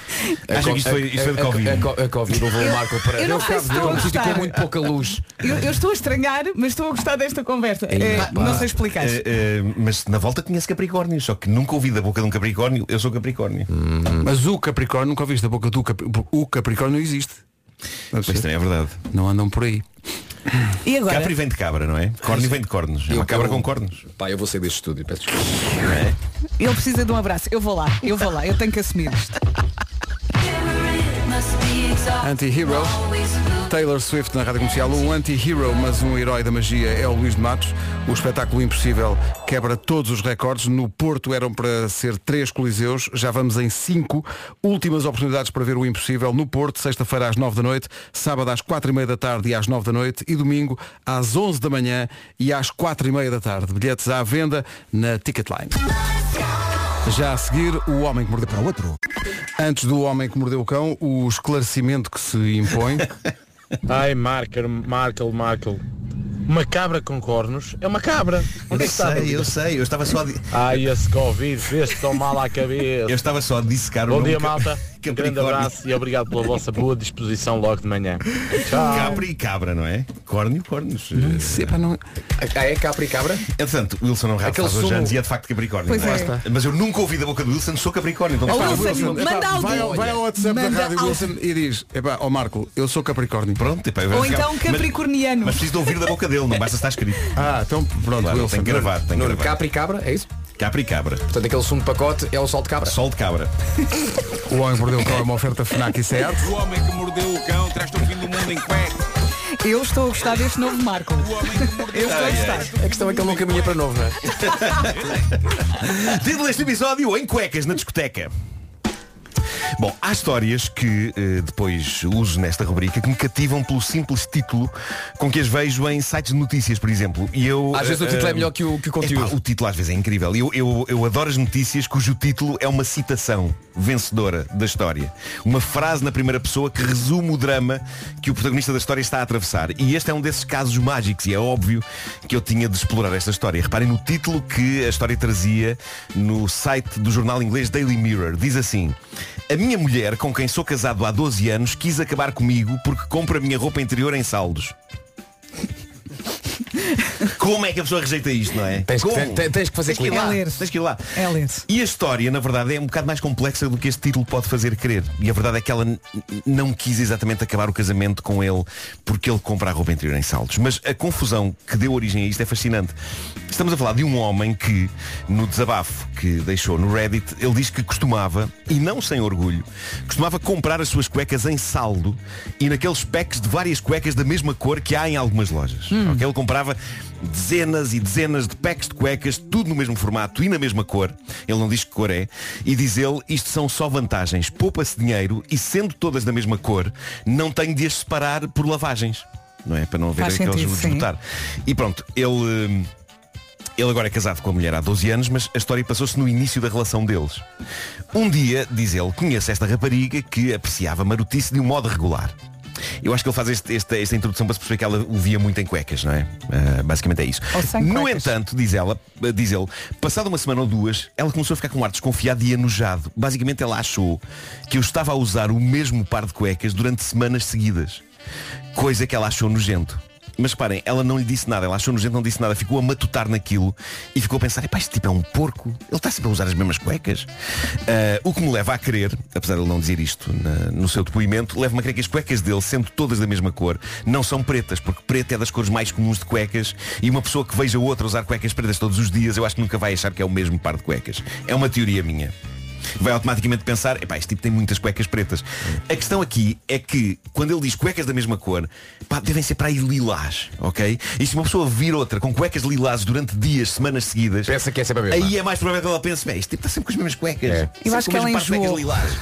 Speaker 5: Acham
Speaker 8: co-
Speaker 5: que isto foi- isto foi de
Speaker 8: a-
Speaker 5: Covid?
Speaker 8: A, a, a Covid levou o Marco para
Speaker 4: eu não
Speaker 8: Deu
Speaker 4: sei
Speaker 8: cabo
Speaker 4: se
Speaker 8: dele,
Speaker 4: estou a
Speaker 8: um sítio com
Speaker 4: gostar.
Speaker 8: muito pouca luz.
Speaker 4: Eu, eu estou a estranhar, mas estou a gostar desta conversa. É,
Speaker 5: Pá,
Speaker 4: não
Speaker 5: pá.
Speaker 4: sei explicar.
Speaker 5: Eh, eh, mas na volta conheço Capricórnio, só que nunca ouvi da boca de um Capricórnio, eu sou Capricórnio.
Speaker 8: Hum.
Speaker 5: um-
Speaker 2: Mas o Capricórnio, nunca ouviste a boca do Capricórnio. O Capricórnio não existe. Não,
Speaker 5: Pois também é verdade.
Speaker 2: não andam por aí.
Speaker 4: E agora?
Speaker 5: Capri vem de cabra, não é? Corno vem de cornos. É
Speaker 8: Eu-
Speaker 5: uma cabra
Speaker 8: eu-
Speaker 5: com cornos.
Speaker 8: Pá, eu vou
Speaker 5: é
Speaker 8: sair deste estúdio, peço desculpa.
Speaker 4: Ele precisa de um abraço. Eu vou lá, eu vou lá, eu tenho que assumir isto.
Speaker 2: Anti-hero. Taylor Swift na Rádio Comercial, um anti-hero, mas um herói da magia é o Luís de Matos. O espetáculo impossível quebra todos os recordes. No Porto eram para ser três coliseus, já vamos em cinco. Últimas oportunidades para ver o impossível no Porto, sexta-feira às nove da noite, sábado às quatro e meia da tarde e às nove da noite e domingo às onze da manhã e às quatro e meia da tarde. Bilhetes à venda na Ticketline. Já a seguir, o homem que mordeu para o outro. Antes do homem que mordeu o cão, o esclarecimento que se impõe.
Speaker 11: Ai, Markel, Markel, Markel. Uma cabra com cornos é uma cabra. Onde é que está?
Speaker 5: eu sei, eu estava só a, di-
Speaker 11: Ai, esse Covid fez tão mal à cabeça.
Speaker 5: eu estava só a dissecar o
Speaker 11: Bom
Speaker 5: nome
Speaker 11: dia,
Speaker 5: Cap-
Speaker 11: malta. Um grande
Speaker 5: Capricórnio.
Speaker 11: abraço e obrigado pela vossa boa disposição logo de manhã. Tchau.
Speaker 5: Cabra e cabra, não é? Córnio, cornos.
Speaker 2: Sim, pá, não-
Speaker 8: Ah, é Capri Cabra?
Speaker 5: Entretanto, o Wilson não rap
Speaker 8: Aquele
Speaker 5: faz hoje
Speaker 8: sumo.
Speaker 5: anos e é de facto Capricórnio.
Speaker 4: Pois
Speaker 5: não
Speaker 4: é.
Speaker 5: é? Mas eu nunca ouvi da boca do Wilson, sou Capricórnio. Então,
Speaker 4: Ó,
Speaker 5: pá,
Speaker 4: Wilson,
Speaker 2: epá,
Speaker 4: manda
Speaker 2: vai, ao-
Speaker 4: áudio.
Speaker 2: vai ao WhatsApp
Speaker 4: Manda
Speaker 2: da Rádio
Speaker 4: áudio.
Speaker 2: Wilson e diz, epá, ó Marco, eu sou Capricórnio.
Speaker 5: Pronto, epá, eu
Speaker 4: Ou
Speaker 5: vou-
Speaker 4: então capricorniano.
Speaker 5: Tipo, é, Mas, mas preciso de ouvir da boca dele, não basta estar escrito.
Speaker 2: Ah, então pronto,
Speaker 5: Claro,
Speaker 2: Wilson.
Speaker 5: tem que gravar, tem que
Speaker 8: Nuno,
Speaker 5: gravar.
Speaker 8: Capri Cabra, é isso?
Speaker 5: Capri cabra.
Speaker 8: Portanto, aquele sumo de pacote é o sol de cabra.
Speaker 5: Sol de cabra.
Speaker 2: O homem que mordeu o cão é uma oferta FNAC e certo.
Speaker 12: O homem que mordeu o cão traz-te o fim do mundo em cueca.
Speaker 4: Eu estou a gostar deste novo Marco. Eu estou a gostar.
Speaker 8: A questão é que ele não caminha para novo, não é?
Speaker 5: Título deste episódio Em cuecas na discoteca Bom, há histórias que eh, depois uso nesta rubrica que me cativam pelo simples título com que as vejo em sites de notícias, por exemplo. E eu,
Speaker 8: Às vezes o
Speaker 5: eh,
Speaker 8: título é
Speaker 5: eh,
Speaker 8: melhor que o- que o conteúdo.
Speaker 5: Epá, o título às vezes é incrível. Eu, eu, eu adoro as notícias cujo título é uma citação vencedora da história. Uma frase na primeira pessoa que resume o drama que o protagonista da história está a atravessar. E este é um desses casos mágicos e é óbvio que eu tinha de explorar esta história. Reparem no título que a história trazia no site do jornal inglês Daily Mirror. Diz assim, a minha mulher com quem sou casado há 12 anos quis acabar comigo porque compra a minha roupa interior em saldos. Como é que a pessoa rejeita isto, não é?
Speaker 8: Tens que,
Speaker 5: Como?
Speaker 8: te- tens que fazer
Speaker 5: Tens que ir
Speaker 8: clique.
Speaker 5: lá.
Speaker 4: É ler.
Speaker 5: Tens que ir lá.
Speaker 4: É ler.
Speaker 5: E a história, na verdade, é um bocado mais complexa do que este título pode fazer crer. E a verdade é que ela n- n- não quis exatamente acabar o casamento com ele porque ele compra a roupa interior em saldos. Mas a confusão que deu origem a isto é fascinante. Estamos a falar de um homem que, no desabafo que deixou no Reddit, ele diz que costumava, e não sem orgulho, costumava comprar as suas cuecas em saldo e naqueles packs de várias cuecas da mesma cor que há em algumas lojas.
Speaker 4: Hum.
Speaker 5: Ok? Ele comprava dezenas e dezenas de packs de cuecas, tudo no mesmo formato e na mesma cor. Ele não diz que cor é. E diz ele, isto são só vantagens. Poupa-se dinheiro e sendo todas da mesma cor, não tenho de as separar por lavagens. Não é? Para não haver
Speaker 4: Faz
Speaker 5: aqueles
Speaker 4: sentido, sim.
Speaker 5: desbotar. E pronto, ele. hum, ele agora é casado com a mulher há 12 anos, mas a história passou-se no início da relação deles. Um dia, diz ele, conhece esta rapariga que apreciava marotice de um modo regular. Eu acho que ele faz este- esta, esta introdução para se perceber que ela o via muito em cuecas, não é? Ah, basicamente é isso.
Speaker 4: Ou sem
Speaker 5: No
Speaker 4: cuecas.
Speaker 5: entanto, diz ela, diz ele, passada uma semana ou duas, ela começou a ficar com um ar desconfiado e enojado. Basicamente ela achou que eu estava a usar o mesmo par de cuecas durante semanas seguidas. Coisa que ela achou nojento. Mas parem, ela não lhe disse nada, ela achou nojento, não disse nada, ficou a matutar naquilo e ficou a pensar, epá, este tipo é um porco, ele está sempre a usar as mesmas cuecas. Ah, o que me leva a crer, apesar de ele não dizer isto na- no seu depoimento, leva-me a crer que as cuecas dele, sendo todas da mesma cor, não são pretas, porque preta é das cores mais comuns de cuecas e uma pessoa que veja outra usar cuecas pretas todos os dias, eu acho que nunca vai achar que é o mesmo par de cuecas. É uma teoria minha. vai automaticamente pensar, epá, este tipo tem muitas cuecas pretas. A questão aqui é que quando ele diz cuecas da mesma cor, pá, devem ser para aí lilás, ok? E se uma pessoa vir outra com cuecas lilás durante dias, semanas seguidas, pensa que é sempre
Speaker 8: a mesma.
Speaker 5: Aí é mais provável que ela pense, bem, este tipo está sempre com as mesmas cuecas.
Speaker 4: Eu
Speaker 5: Sempre
Speaker 4: acho
Speaker 5: com
Speaker 4: que
Speaker 5: o
Speaker 4: ela
Speaker 5: mesmo par de cuecas
Speaker 4: enjoou.
Speaker 5: lilás.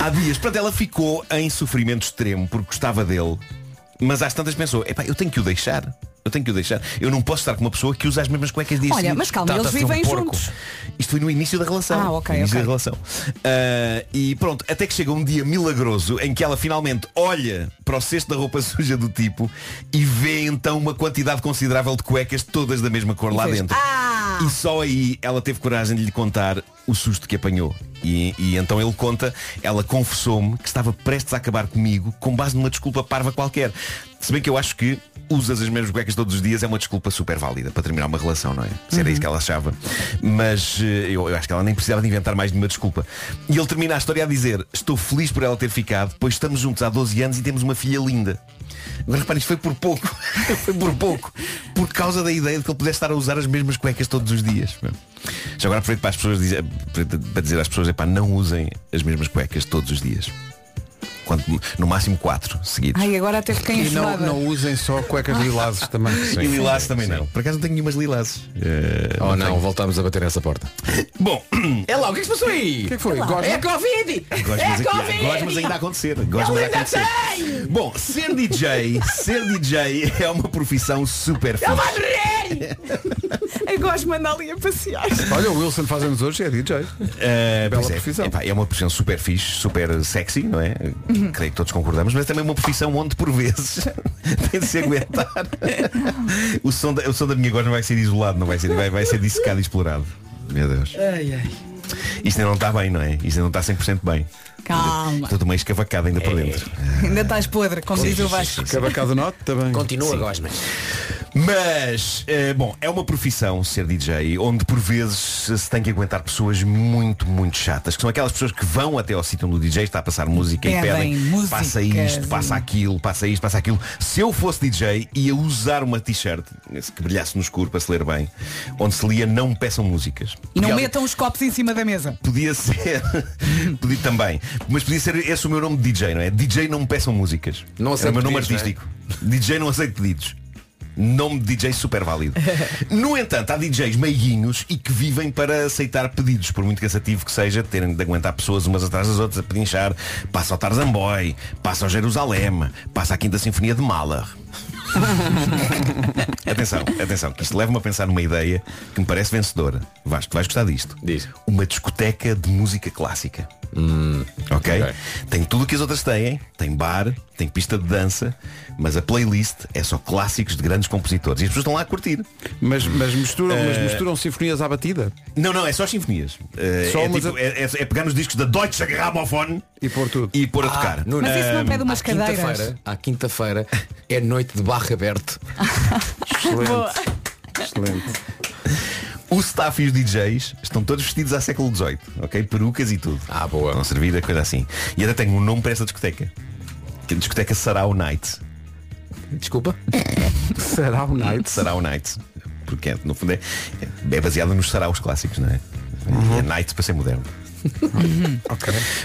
Speaker 5: Há dias. Portanto, ela ficou em sofrimento extremo porque gostava dele, mas às tantas pensou, epá, eu tenho que o deixar. Eu tenho que o deixar. Eu não posso estar com uma pessoa que usa as mesmas cuecas dias
Speaker 4: Olha,
Speaker 5: seguidos.
Speaker 4: mas calma, eles
Speaker 5: Trata-se de um
Speaker 4: vivem
Speaker 5: porco.
Speaker 4: juntos.
Speaker 5: Isto foi no início da relação.
Speaker 4: Ah, ok,
Speaker 5: No início
Speaker 4: ok.
Speaker 5: da relação. Ah, e pronto, até que chega um dia milagroso em que ela finalmente olha para o cesto da roupa suja do tipo e vê então uma quantidade considerável de cuecas todas da mesma cor lá
Speaker 13: fez, "Ah!"
Speaker 5: dentro. E só aí ela teve coragem de lhe contar o susto que apanhou. E, e então ele conta, ela confessou-me que estava prestes a acabar comigo com base numa desculpa parva qualquer. Se bem que eu acho que usas as mesmas cuecas todos os dias é uma desculpa super válida para terminar uma relação, não é? Se era
Speaker 13: Uhum.
Speaker 5: isso que ela achava. Mas eh, eu, eu acho que ela nem precisava de inventar mais nenhuma desculpa. E ele termina a história a dizer, estou feliz por ela ter ficado, pois estamos juntos há 12 anos e temos uma filha linda. Agora repare, isto foi por pouco. foi por pouco. Por causa da ideia de que ele pudesse estar a usar as mesmas cuecas todos os dias. Já agora aproveito para as pessoas dizer, para dizer às pessoas, epá, não usem as mesmas cuecas todos os dias. Quanto- no máximo quatro seguidos.
Speaker 4: Ai, agora até fiquei
Speaker 2: E não,
Speaker 4: enjoada.
Speaker 2: não usem só cuecas lilazes também.
Speaker 5: e lilás também não. Por acaso não tenho nenhumas lilazes.
Speaker 8: oh não, voltamos a bater nessa porta.
Speaker 5: Bom,
Speaker 8: é lá, o que é que se passou aí?
Speaker 2: O que é que foi?
Speaker 8: É Covid!
Speaker 5: Gosto,
Speaker 4: É
Speaker 5: mas, aqui, gosto, mas ainda a acontecer. tá Gosto, mas a acontecer. Bom, ser DJ, ser DJ é uma profissão super
Speaker 4: É
Speaker 5: fixe.
Speaker 4: Eu gosto de mandar ali a passear.
Speaker 2: Olha, o Wilson fazemos hoje é DJ.
Speaker 5: Uh,
Speaker 2: Bela
Speaker 5: pois é.
Speaker 2: profissão.
Speaker 5: Epá, é uma profissão super fixe, super sexy, não é?
Speaker 4: Uhum.
Speaker 5: Creio que todos concordamos, mas também é uma profissão onde por vezes tem de se aguentar. o, som da, o som da minha voz não vai ser isolado, não vai ser, vai, vai ser dissecado e explorado. Meu Deus.
Speaker 4: Ai, ai.
Speaker 5: Isto ainda não está bem, não é? Isto ainda não está 100% bem.
Speaker 4: Calma.
Speaker 5: Estou meio escavacado ainda por
Speaker 4: É.
Speaker 5: dentro.
Speaker 4: Ainda estás podre, como diz o Vasco.
Speaker 2: Escavacado note também.
Speaker 8: Continua, Gosmas.
Speaker 5: Mas, eh, bom, é uma profissão ser DJ onde por vezes se tem que aguentar pessoas muito, muito chatas, que são aquelas pessoas que vão até ao sítio onde o DJ está a passar música e
Speaker 13: Pedem
Speaker 5: pedem
Speaker 13: músicas.
Speaker 5: passa isto, passa aquilo, passa isto, passa aquilo. Se eu fosse DJ, ia usar uma t-shirt que brilhasse no escuro para se ler bem, onde se lia não peçam músicas.
Speaker 4: E não
Speaker 5: Porque
Speaker 4: metam os copos em cima da mesa.
Speaker 5: Podia ser, podia também, mas podia ser esse o meu nome de DJ, não é? DJ não me peçam músicas.
Speaker 8: Não
Speaker 5: é o
Speaker 8: aceito
Speaker 5: meu nome
Speaker 8: pedidos,
Speaker 5: artístico. DJ não aceito pedidos. Nome de DJ super válido. No entanto, há DJs meiguinhos e que vivem para aceitar pedidos, por muito cansativo que seja, terem de aguentar pessoas umas atrás das outras a pedinchar. Passa ao Tarzan Boy, passa ao Jerusalém, passa à Quinta Sinfonia de Mahler. atenção, atenção, que isto leva-me a pensar numa ideia que me parece vencedora. Vasco, tu vais gostar disto. Diz. Uma discoteca de música clássica. ok? Tem tudo o que as outras têm, tem bar, tem pista de dança, mas a playlist é só clássicos de grandes compositores. E as pessoas estão lá a curtir.
Speaker 2: Mas, mas misturam, mas
Speaker 5: Eh,
Speaker 2: misturam sinfonias à batida.
Speaker 5: Não, não, é só sinfonias. Eh,
Speaker 2: Só
Speaker 5: é,
Speaker 2: umas
Speaker 5: tipo- é- é- é pegar nos discos da Deutsche Grammophon
Speaker 2: e pôr tudo.
Speaker 5: E pôr a tocar.
Speaker 4: Mas isso
Speaker 5: um,
Speaker 4: não pede umas
Speaker 8: à
Speaker 4: cadeiras.
Speaker 8: Quinta-feira, à quinta-feira é noite de barra aberto.
Speaker 4: Boa.
Speaker 2: Excelente.
Speaker 5: O staff e os DJs estão todos vestidos à século XVIII, ok? Perucas e tudo. Ah, boa. Estão a servir a coisa assim. E até tenho um nome para essa discoteca. Que é a discoteca Sarau Night. Desculpa?
Speaker 2: Sarau Night.
Speaker 5: Sarau Night. Porque é, no fundo é, é baseada nos saraus clássicos, não é? É night para ser moderno.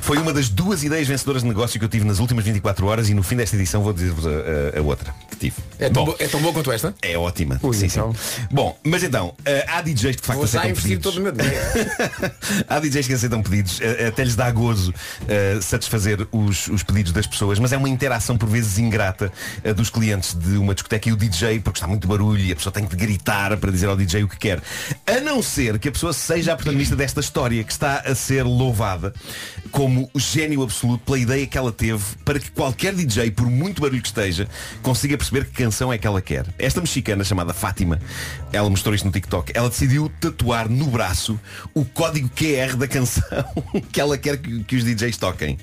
Speaker 5: Foi uma das duas ideias vencedoras de negócio que eu tive nas últimas 24 horas e no fim desta edição vou dizer-vos a, a- a outra que tive.
Speaker 8: É tão, bo- é tão boa quanto esta?
Speaker 5: É ótima. Sim, sim. Bom, mas então, eh, há DJs que de facto
Speaker 8: Vou já
Speaker 5: aceitam
Speaker 8: investir
Speaker 5: pedidos.
Speaker 8: todo o meu dinheiro.
Speaker 5: Há DJs que aceitam pedidos, eh, até lhes dá gozo eh, satisfazer os, os pedidos das pessoas, mas é uma interação por vezes ingrata eh, dos clientes de uma discoteca e o DJ, porque está muito barulho e a pessoa tem que gritar para dizer ao DJ o que quer. A não ser que a pessoa seja a protagonista desta história, que está a ser louvada como gênio absoluto pela ideia que ela teve para que qualquer DJ, por muito barulho que esteja, consiga perceber que canção é que ela quer. Esta mexicana chamada Fátima, ela mostrou isto no TikTok, ela decidiu tatuar no braço o código QR da canção que ela quer que, que os DJs toquem.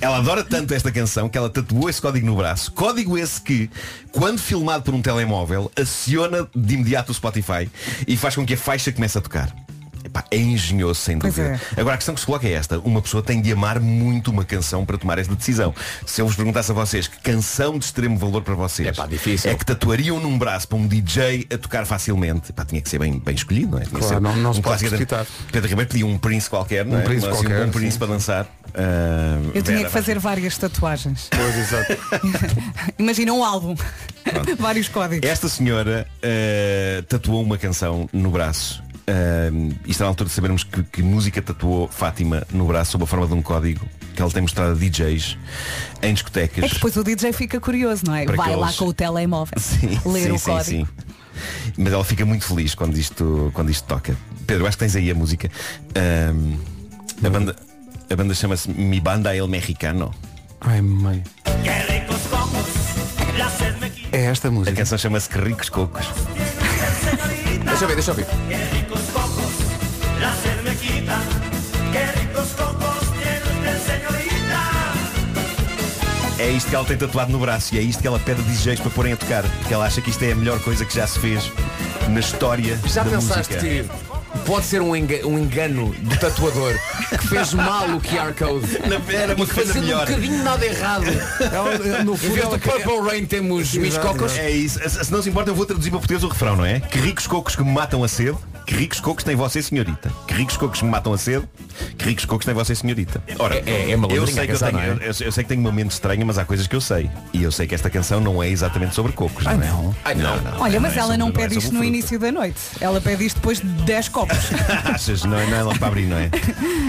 Speaker 5: Ela adora tanto esta canção que ela tatuou esse código no braço. Código esse que, quando filmado por um telemóvel, aciona de imediato o Spotify e faz com que a faixa comece a tocar. Epá, é engenhoso, sem
Speaker 4: Pois
Speaker 5: dúvida. Agora, a questão que se coloca é esta. Uma pessoa tem de amar muito uma canção para tomar esta decisão. Se eu vos perguntasse a vocês que canção de extremo valor para vocês é, que tatuariam num braço para um DJ a tocar facilmente, Epá, tinha que ser bem, bem escolhido, não é? Tinha que
Speaker 2: Claro,
Speaker 5: ser
Speaker 2: não- não
Speaker 5: um
Speaker 2: se pode
Speaker 5: clássico de-
Speaker 2: precipitar.
Speaker 5: Pedro Ribeiro pedia um príncipe qualquer, não
Speaker 2: Um
Speaker 5: é?
Speaker 2: príncipe
Speaker 5: Assim,
Speaker 2: qualquer,
Speaker 5: Um bom
Speaker 2: sim.
Speaker 5: príncipe para dançar. Ah,
Speaker 4: Eu tinha
Speaker 5: Vera,
Speaker 4: que fazer várias tatuagens.
Speaker 2: Pois, exato.
Speaker 4: Imagina um álbum. Vários códigos.
Speaker 5: Esta senhora eh, tatuou uma canção no braço. Eh, e está na altura de sabermos que, que música tatuou Fátima no braço sob a forma de um código que ela tem mostrado a DJs em discotecas.
Speaker 4: É que depois o DJ fica curioso, não é?
Speaker 5: Para
Speaker 4: Vai
Speaker 5: que
Speaker 4: lá
Speaker 5: eles-
Speaker 4: com o telemóvel ler o código.
Speaker 5: Mas ela fica muito feliz quando isto, quando isto toca. Pedro, acho que tens aí a música. Ahm, a banda, a banda chama-se Mi Banda El Mexicano.
Speaker 2: Ai, mãe. É esta música.
Speaker 5: A canção chama-se Que Ricos Cocos.
Speaker 8: Deixa eu ver, deixa eu ver.
Speaker 5: É isto que ela tem tatuado no braço e é isto que ela pede a DJs para porem a tocar, porque ela acha que isto é a melhor coisa que já se fez na história
Speaker 8: Já
Speaker 5: da
Speaker 8: pensaste
Speaker 5: música.
Speaker 8: que pode ser um, enga- um engano do tatuador que fez mal o QR Code?
Speaker 5: Na- era uma
Speaker 8: e que
Speaker 5: coisa
Speaker 8: fazendo
Speaker 5: melhor.
Speaker 8: um bocadinho de nada errado.
Speaker 2: Ela, eh, no fundo,
Speaker 8: em vez
Speaker 2: ela
Speaker 8: do
Speaker 2: quer-
Speaker 8: Purple Rain temos Luís Cocos.
Speaker 5: É isso. Se se não se importa, eu vou traduzir para português o refrão, não é? Que ricos cocos que me matam a sede. Que ricos cocos tem você, senhorita. Que ricos cocos que me matam a sede. Que ricos cocos tem você, senhorita. Ora,
Speaker 8: é- é malandrinha
Speaker 5: eu sei que eu
Speaker 8: casar,
Speaker 5: tenho,
Speaker 8: não é?
Speaker 5: eu, eu sei que tenho uma mente estranha, mas há coisas que eu sei. E eu sei que esta canção não é exatamente sobre cocos, não é?
Speaker 8: Ai,
Speaker 5: não.
Speaker 4: Olha, mas
Speaker 5: é
Speaker 4: ela
Speaker 5: sobre-
Speaker 4: não
Speaker 5: é
Speaker 4: pede
Speaker 5: sobre
Speaker 4: isto no
Speaker 5: fruta.
Speaker 4: início da noite. Ela pede isto depois de 10 copos.
Speaker 5: Achas? Não, é- não é logo para abrir, não é?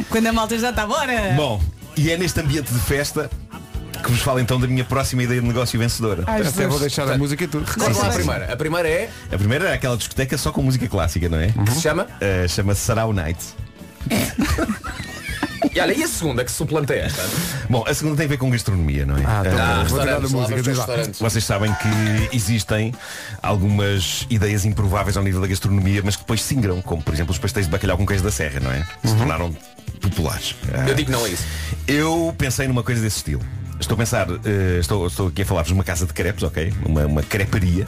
Speaker 4: quando a malta já está bora.
Speaker 5: Bom, e é neste ambiente de festa que vos falo então da minha próxima ideia de negócio vencedora.
Speaker 4: Ai, Jesus. Até vou
Speaker 2: deixar a música e tudo.
Speaker 8: Recorda lá a primeira. A primeira é.
Speaker 5: A primeira é aquela discoteca só com música clássica, não é?
Speaker 2: Uhum.
Speaker 8: Que se chama?
Speaker 5: Eh, Chama-se Sarau Night.
Speaker 8: E olha, e a segunda que suplanta esta?
Speaker 5: Bom, a segunda tem a ver com gastronomia, não é?
Speaker 2: Ah, então
Speaker 5: Eh,
Speaker 2: tá.
Speaker 5: restaurantes.
Speaker 2: Vou tirar a música, diz lá.
Speaker 5: Vocês sabem que existem algumas ideias improváveis ao nível da gastronomia, mas que depois singram, como por exemplo os pastéis de bacalhau com queijo da serra, não é? Se tornaram populares.
Speaker 8: Uhum. Eu digo que não é isso.
Speaker 5: Eu pensei numa coisa desse estilo. Estou a pensar, eh, estou, estou aqui a falar-vos de uma casa de crepes, ok? Uma, uma creparia.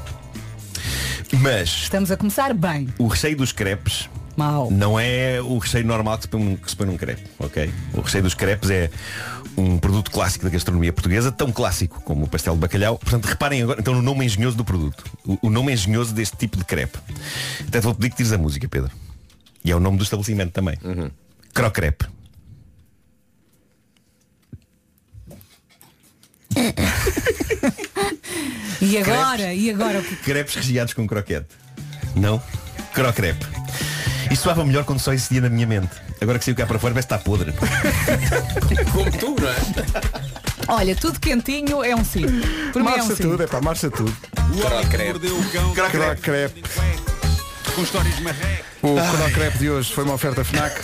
Speaker 5: Mas
Speaker 4: Estamos a começar bem.
Speaker 5: o recheio dos crepes
Speaker 4: Mal.
Speaker 5: não é o recheio normal que se põe num, que se põe num crepe, ok? O recheio dos crepes é um produto clássico da gastronomia portuguesa, tão clássico como o pastel de bacalhau. Portanto, reparem agora então no nome engenhoso do produto. O, o nome engenhoso deste tipo de crepe. Até te vou pedir que tires a música, Pedro. E é o nome do estabelecimento também. Crocrepe.
Speaker 4: E agora? E agora? o que-
Speaker 5: Crepes recheados com croquete. Não? Crocrepe. Isto soava melhor quando só existia na minha mente. Agora que saiu cá para fora, parece que está podre.
Speaker 8: Como tu, não é?
Speaker 4: Olha, tudo quentinho é um sim. Por mim é um
Speaker 2: Marcha
Speaker 4: sim.
Speaker 2: tudo, é pá, marcha tudo.
Speaker 12: Mordeu o cão.
Speaker 2: Croc crepe.
Speaker 12: Com histórias marrecas.
Speaker 2: O Cronocrepe de hoje foi uma oferta FNAC,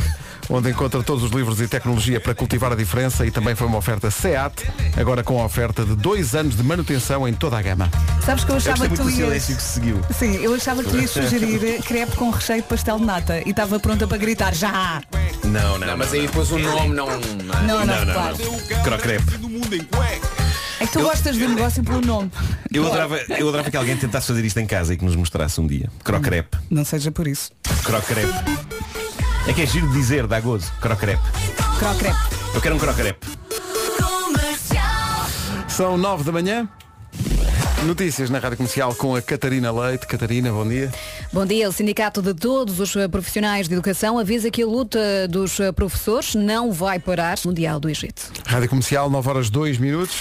Speaker 2: onde encontra todos os livros e tecnologia para cultivar a diferença e também foi uma oferta SEAT, agora com a oferta de dois anos de manutenção em toda a gama.
Speaker 4: Sabes que eu
Speaker 5: Eu
Speaker 4: achava
Speaker 5: gostei
Speaker 4: que tu
Speaker 5: muito do
Speaker 4: ias.
Speaker 5: silêncio que se seguiu.
Speaker 4: Sim, eu achava que tu ias sugerir crepe com recheio de pastel de nata e estava pronta para gritar já!
Speaker 5: Não, não.
Speaker 8: Não, mas aí depois o nome não.
Speaker 4: Não, não, claro.
Speaker 12: Mordeu o cão.
Speaker 5: Crocrepe.
Speaker 12: Todo mundo em cueca.
Speaker 4: É que tu gostas do negócio pelo nome.
Speaker 5: Eu adorava, eu adorava que alguém tentasse fazer isto em casa e que nos mostrasse um dia. Crocrepe.
Speaker 4: Não seja por isso.
Speaker 5: Crocrepe. É que é giro de dizer, dá gozo. Crocrepe.
Speaker 4: Crocrepe.
Speaker 5: Eu quero um crocrepe.
Speaker 2: São nove da manhã. Notícias na Rádio Comercial com a Catarina Leite. Catarina, bom dia.
Speaker 9: Bom dia. O Sindicato de Todos os eh, Profissionais de Educação avisa que a luta dos eh, professores não vai parar no Mundial do Egito.
Speaker 2: Rádio Comercial, 9 horas 2 minutos.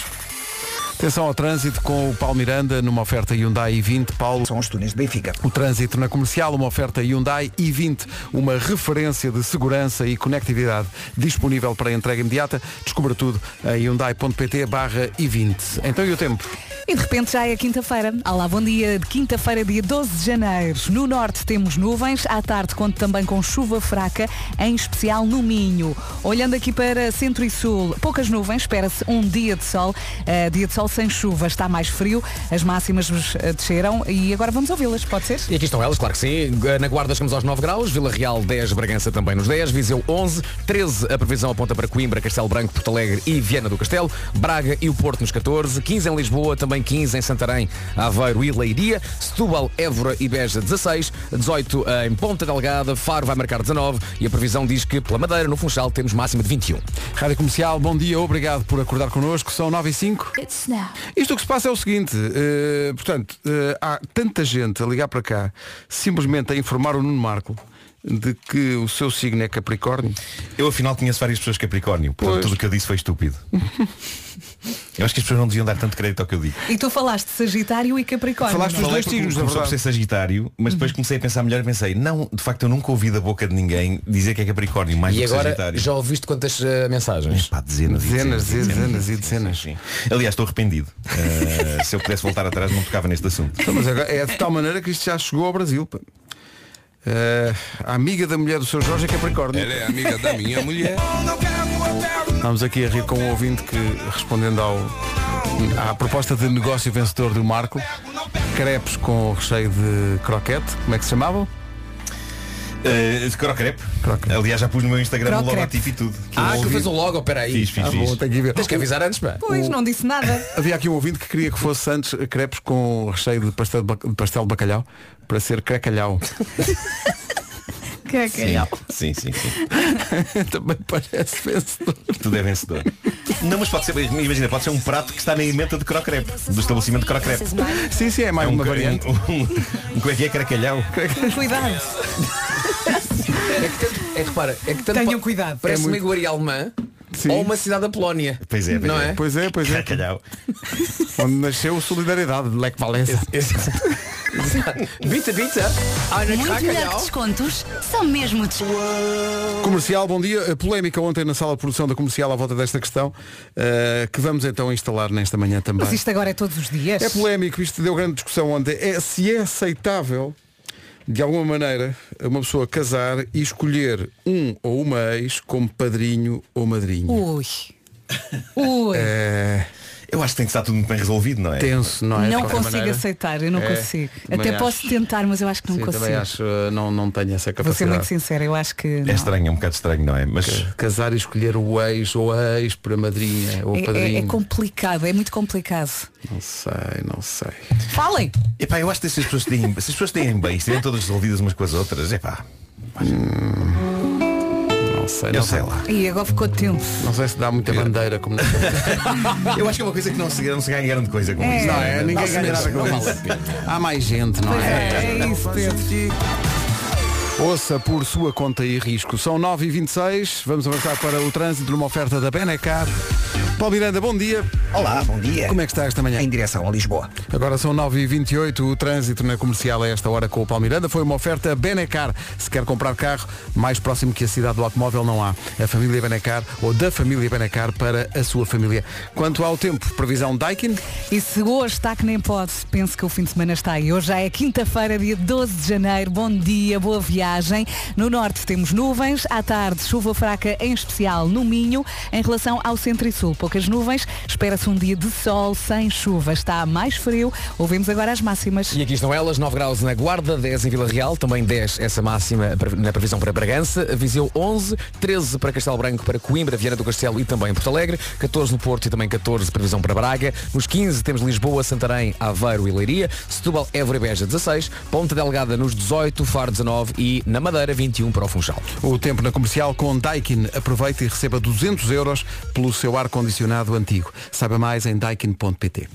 Speaker 2: Atenção ao trânsito com o Paulo Miranda numa oferta Hyundai i20. Paulo.
Speaker 3: São os túneis de Benfica.
Speaker 2: O trânsito na comercial, uma oferta Hyundai i20, uma referência de segurança e conectividade disponível para entrega imediata. Descubra tudo em hyundai.pt barra i20. Então e o tempo?
Speaker 4: E de repente já é quinta-feira. Olá, bom dia. De Quinta-feira, dia 12 de janeiro. No norte temos nuvens. À tarde conto também com chuva fraca, em especial no Minho. Olhando aqui para centro e sul, poucas nuvens. Espera-se um dia de sol. Eh, dia de sol sem chuva. Está mais frio. As máximas eh, desceram. E agora vamos ouvi-las, pode ser?
Speaker 8: E aqui estão elas, claro que sim. Na Guarda chegamos aos 9 graus, Vila Real 10, Bragança também nos 10, Viseu 11, 13 a previsão aponta para Coimbra, Castelo Branco, Porto Alegre e Viana do Castelo, Braga e o Porto nos 14, 15 em Lisboa, também também 15 em Santarém, Aveiro e Leiria, Setúbal, Évora e Beja 16, 18 em Ponta Delgada, Faro vai marcar 19 e a previsão diz que pela Madeira, no Funchal, temos máxima de 21.
Speaker 2: Rádio Comercial, bom dia, obrigado por acordar connosco. São 9 e 5. Isto o que se passa é o seguinte, eh, portanto, eh, há tanta gente a ligar para cá, simplesmente a informar o Nuno Marco de que o seu signo é Capricórnio.
Speaker 5: Eu afinal conheço várias pessoas Capricórnio, portanto
Speaker 2: Pois.
Speaker 5: tudo o que eu disse foi estúpido. eu acho que as pessoas não deviam dar tanto crédito ao que eu digo.
Speaker 4: E tu falaste Sagitário e Capricórnio. não é?
Speaker 5: Falei porque Começou por ser Sagitário, mas depois comecei a pensar melhor e pensei, não, de facto eu nunca ouvi da boca de ninguém dizer que é Capricórnio, mais do
Speaker 8: e
Speaker 5: que
Speaker 8: agora
Speaker 5: Sagitário.
Speaker 8: já ouviste quantas eh, mensagens?
Speaker 5: Pá, dezenas, e
Speaker 8: Dezenas,
Speaker 5: e
Speaker 8: dezenas
Speaker 5: e dezenas. Sim, sim. Aliás, estou arrependido. Eh, se eu pudesse voltar atrás, não tocava neste assunto.
Speaker 2: Então, mas agora é de tal maneira que isto já chegou ao Brasil. pá. Eh, a amiga da mulher do seu Jorge é Capricórnio.
Speaker 12: Ela é amiga da minha mulher.
Speaker 2: Estamos aqui a rir com um ouvinte que, respondendo ao, à proposta de negócio vencedor do Marco, crepes com recheio de croquete, como é que se chamavam?
Speaker 5: Eh, Crocrepe. Aliás, já pus no meu Instagram o
Speaker 4: Crocrepe.
Speaker 5: logotipo e tudo.
Speaker 8: Ah,
Speaker 5: eu
Speaker 8: que
Speaker 5: ouvi.
Speaker 8: fez o logo, peraí.
Speaker 5: Fiz, fiz,
Speaker 8: Ah,
Speaker 5: fiz.
Speaker 8: bom, tenho que ver. Tens que avisar antes, pá.
Speaker 4: Pois,
Speaker 2: O-
Speaker 4: não disse nada.
Speaker 2: Havia aqui um ouvinte que queria que fosse antes crepes com recheio de pastel de, bac- de pastel de bacalhau para ser cracalhau.
Speaker 4: Que é que é?
Speaker 5: Sim, sim, sim.
Speaker 2: Também parece vencedor.
Speaker 5: Tudo é vencedor. Não, mas pode ser, imagina, pode ser um prato que está na emenda de Crocrepe, do estabelecimento Crocrepe.
Speaker 2: Sim, sim, é mais uma
Speaker 5: cra-
Speaker 2: variante.
Speaker 5: Um, um- como é que é caracalhão?
Speaker 4: Cuidado.
Speaker 8: É que tanto, é, repara, é que tanto
Speaker 4: Tenham
Speaker 8: pa-
Speaker 4: cuidado.
Speaker 8: Parece
Speaker 4: É
Speaker 8: uma
Speaker 4: muito-
Speaker 8: iguaria alemã ou uma cidade da Polónia.
Speaker 5: Pois é, pois
Speaker 8: não
Speaker 5: é.
Speaker 8: é?
Speaker 2: Pois é, pois é.
Speaker 5: Caracalhau.
Speaker 2: Onde nasceu o Solidariedade de Leque Valença.
Speaker 8: Bita, bita. é
Speaker 6: Muito melhor que descontos, são mesmo descontos.
Speaker 2: Comercial, bom dia. A Polémica ontem na sala de produção da comercial à volta desta questão, eh, que vamos então instalar nesta manhã também.
Speaker 4: Mas isto agora é todos os dias.
Speaker 2: É polémico, isto deu grande discussão ontem. É se é aceitável, de alguma maneira, uma pessoa casar e escolher um ou uma ex como padrinho ou madrinha.
Speaker 4: Ui. Ui.
Speaker 2: É
Speaker 5: Eu acho que tem que estar tudo muito bem resolvido, não é?
Speaker 2: tenso, não é? De
Speaker 4: não
Speaker 2: qualquer
Speaker 4: consigo
Speaker 2: maneira.
Speaker 4: aceitar, eu não
Speaker 2: É,
Speaker 4: consigo.
Speaker 2: também
Speaker 4: Até
Speaker 2: acho.
Speaker 4: posso tentar, mas eu acho que não
Speaker 2: Sim,
Speaker 4: consigo.
Speaker 2: também acho, eh, não, não tenho essa
Speaker 4: Vou ser muito
Speaker 2: capacidade. Eh,
Speaker 4: sincera, eu acho que.
Speaker 5: É
Speaker 4: não.
Speaker 5: estranho, é um bocado estranho, não é? Mas
Speaker 2: Casar e escolher o ex ou a ex para madrinha ou
Speaker 4: É- É,
Speaker 2: um padrinho.
Speaker 4: é complicado, é muito complicado.
Speaker 2: Não sei, não sei.
Speaker 4: Falem!
Speaker 5: Epá, eu acho que se as pessoas têm, se as pessoas têm bem, estiverem todas resolvidas umas com as outras, epá.
Speaker 2: Não sei,
Speaker 5: Eu
Speaker 2: não É.
Speaker 5: sei lá.
Speaker 4: E agora ficou tenso.
Speaker 2: Não sei se dá muita bandeira como
Speaker 5: Eu acho que é uma coisa que não se, não se ganha grande coisa com
Speaker 4: É.
Speaker 5: isso.
Speaker 2: Não, é, ninguém ganha nada com isso. Há mais gente, não é?
Speaker 4: É isso, Pedro.
Speaker 2: Ouça por sua conta e risco. São 9h26, vamos avançar para o trânsito numa oferta da Benecar. Paulo Miranda, bom dia.
Speaker 3: Olá, bom dia.
Speaker 2: Como é que está esta manhã?
Speaker 3: Em direção a Lisboa.
Speaker 2: Agora são 9h28, o trânsito na comercial a esta hora com o Paulo Miranda foi uma oferta Benecar. Se quer comprar carro, mais próximo que a cidade do automóvel não há. A família Benecar ou da família Benecar para a sua família. Quanto ao tempo, previsão Daikin?
Speaker 4: E se hoje está que nem pode, penso que o fim de semana está aí. Hoje já é quinta-feira, dia 12 de janeiro. Bom dia, boa viagem. No norte temos nuvens, à tarde chuva fraca, em especial no Minho. Em relação ao centro e sul, poucas nuvens. Espera-se um dia de sol sem chuva. Está mais frio. Ouvimos agora as máximas.
Speaker 8: E aqui estão elas, 9 graus na Guarda, 10 em Vila Real, também 10 essa máxima pre- na previsão para Bragança, Viseu 11, 13 para Castelo Branco, para Coimbra, Viana do Castelo e também Porto Alegre, 14 no Porto e também 14 previsão para Braga, nos 15 temos Lisboa, Santarém, Aveiro e Leiria, Setúbal, Évora e Beja 16, Ponta Delgada nos 18, Faro 19 e na Madeira 21 para o Funchal.
Speaker 2: O tempo na comercial com Daikin. Aproveite e receba 200 euros pelo seu ar-condicionado antigo. Saiba mais em daikin.pt.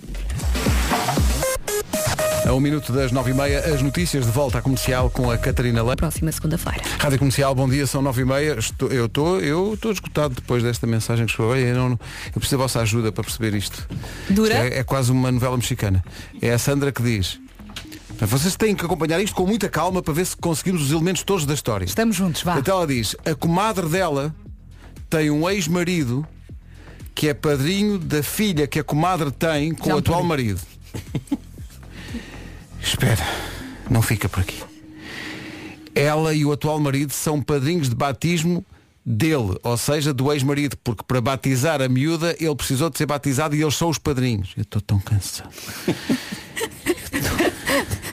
Speaker 2: A um minuto das nove e meia, as notícias de volta à comercial com a Catarina Leite.
Speaker 9: Próxima segunda-feira.
Speaker 2: Rádio Comercial, bom dia, são nove e meia. Estou- eu estou eu estou esgotado depois desta mensagem que chegou. Olha, Eu, não, eu preciso da vossa ajuda para perceber isto.
Speaker 4: Dura?
Speaker 2: Isto É, é quase uma novela mexicana. É a Sandra que diz. Vocês têm que acompanhar isto com muita calma para ver se conseguimos os elementos todos da história.
Speaker 4: Estamos juntos, vá.
Speaker 2: Então ela diz, a comadre dela tem um ex-marido que é padrinho da filha que a comadre tem com
Speaker 4: Já
Speaker 2: o
Speaker 4: me
Speaker 2: atual marido. Espera, não fica por aqui. Ela e o atual marido são padrinhos de batismo dele, ou seja, do ex-marido, porque para batizar a miúda ele precisou de ser batizado e eles são os padrinhos. Eu estou tão cansado.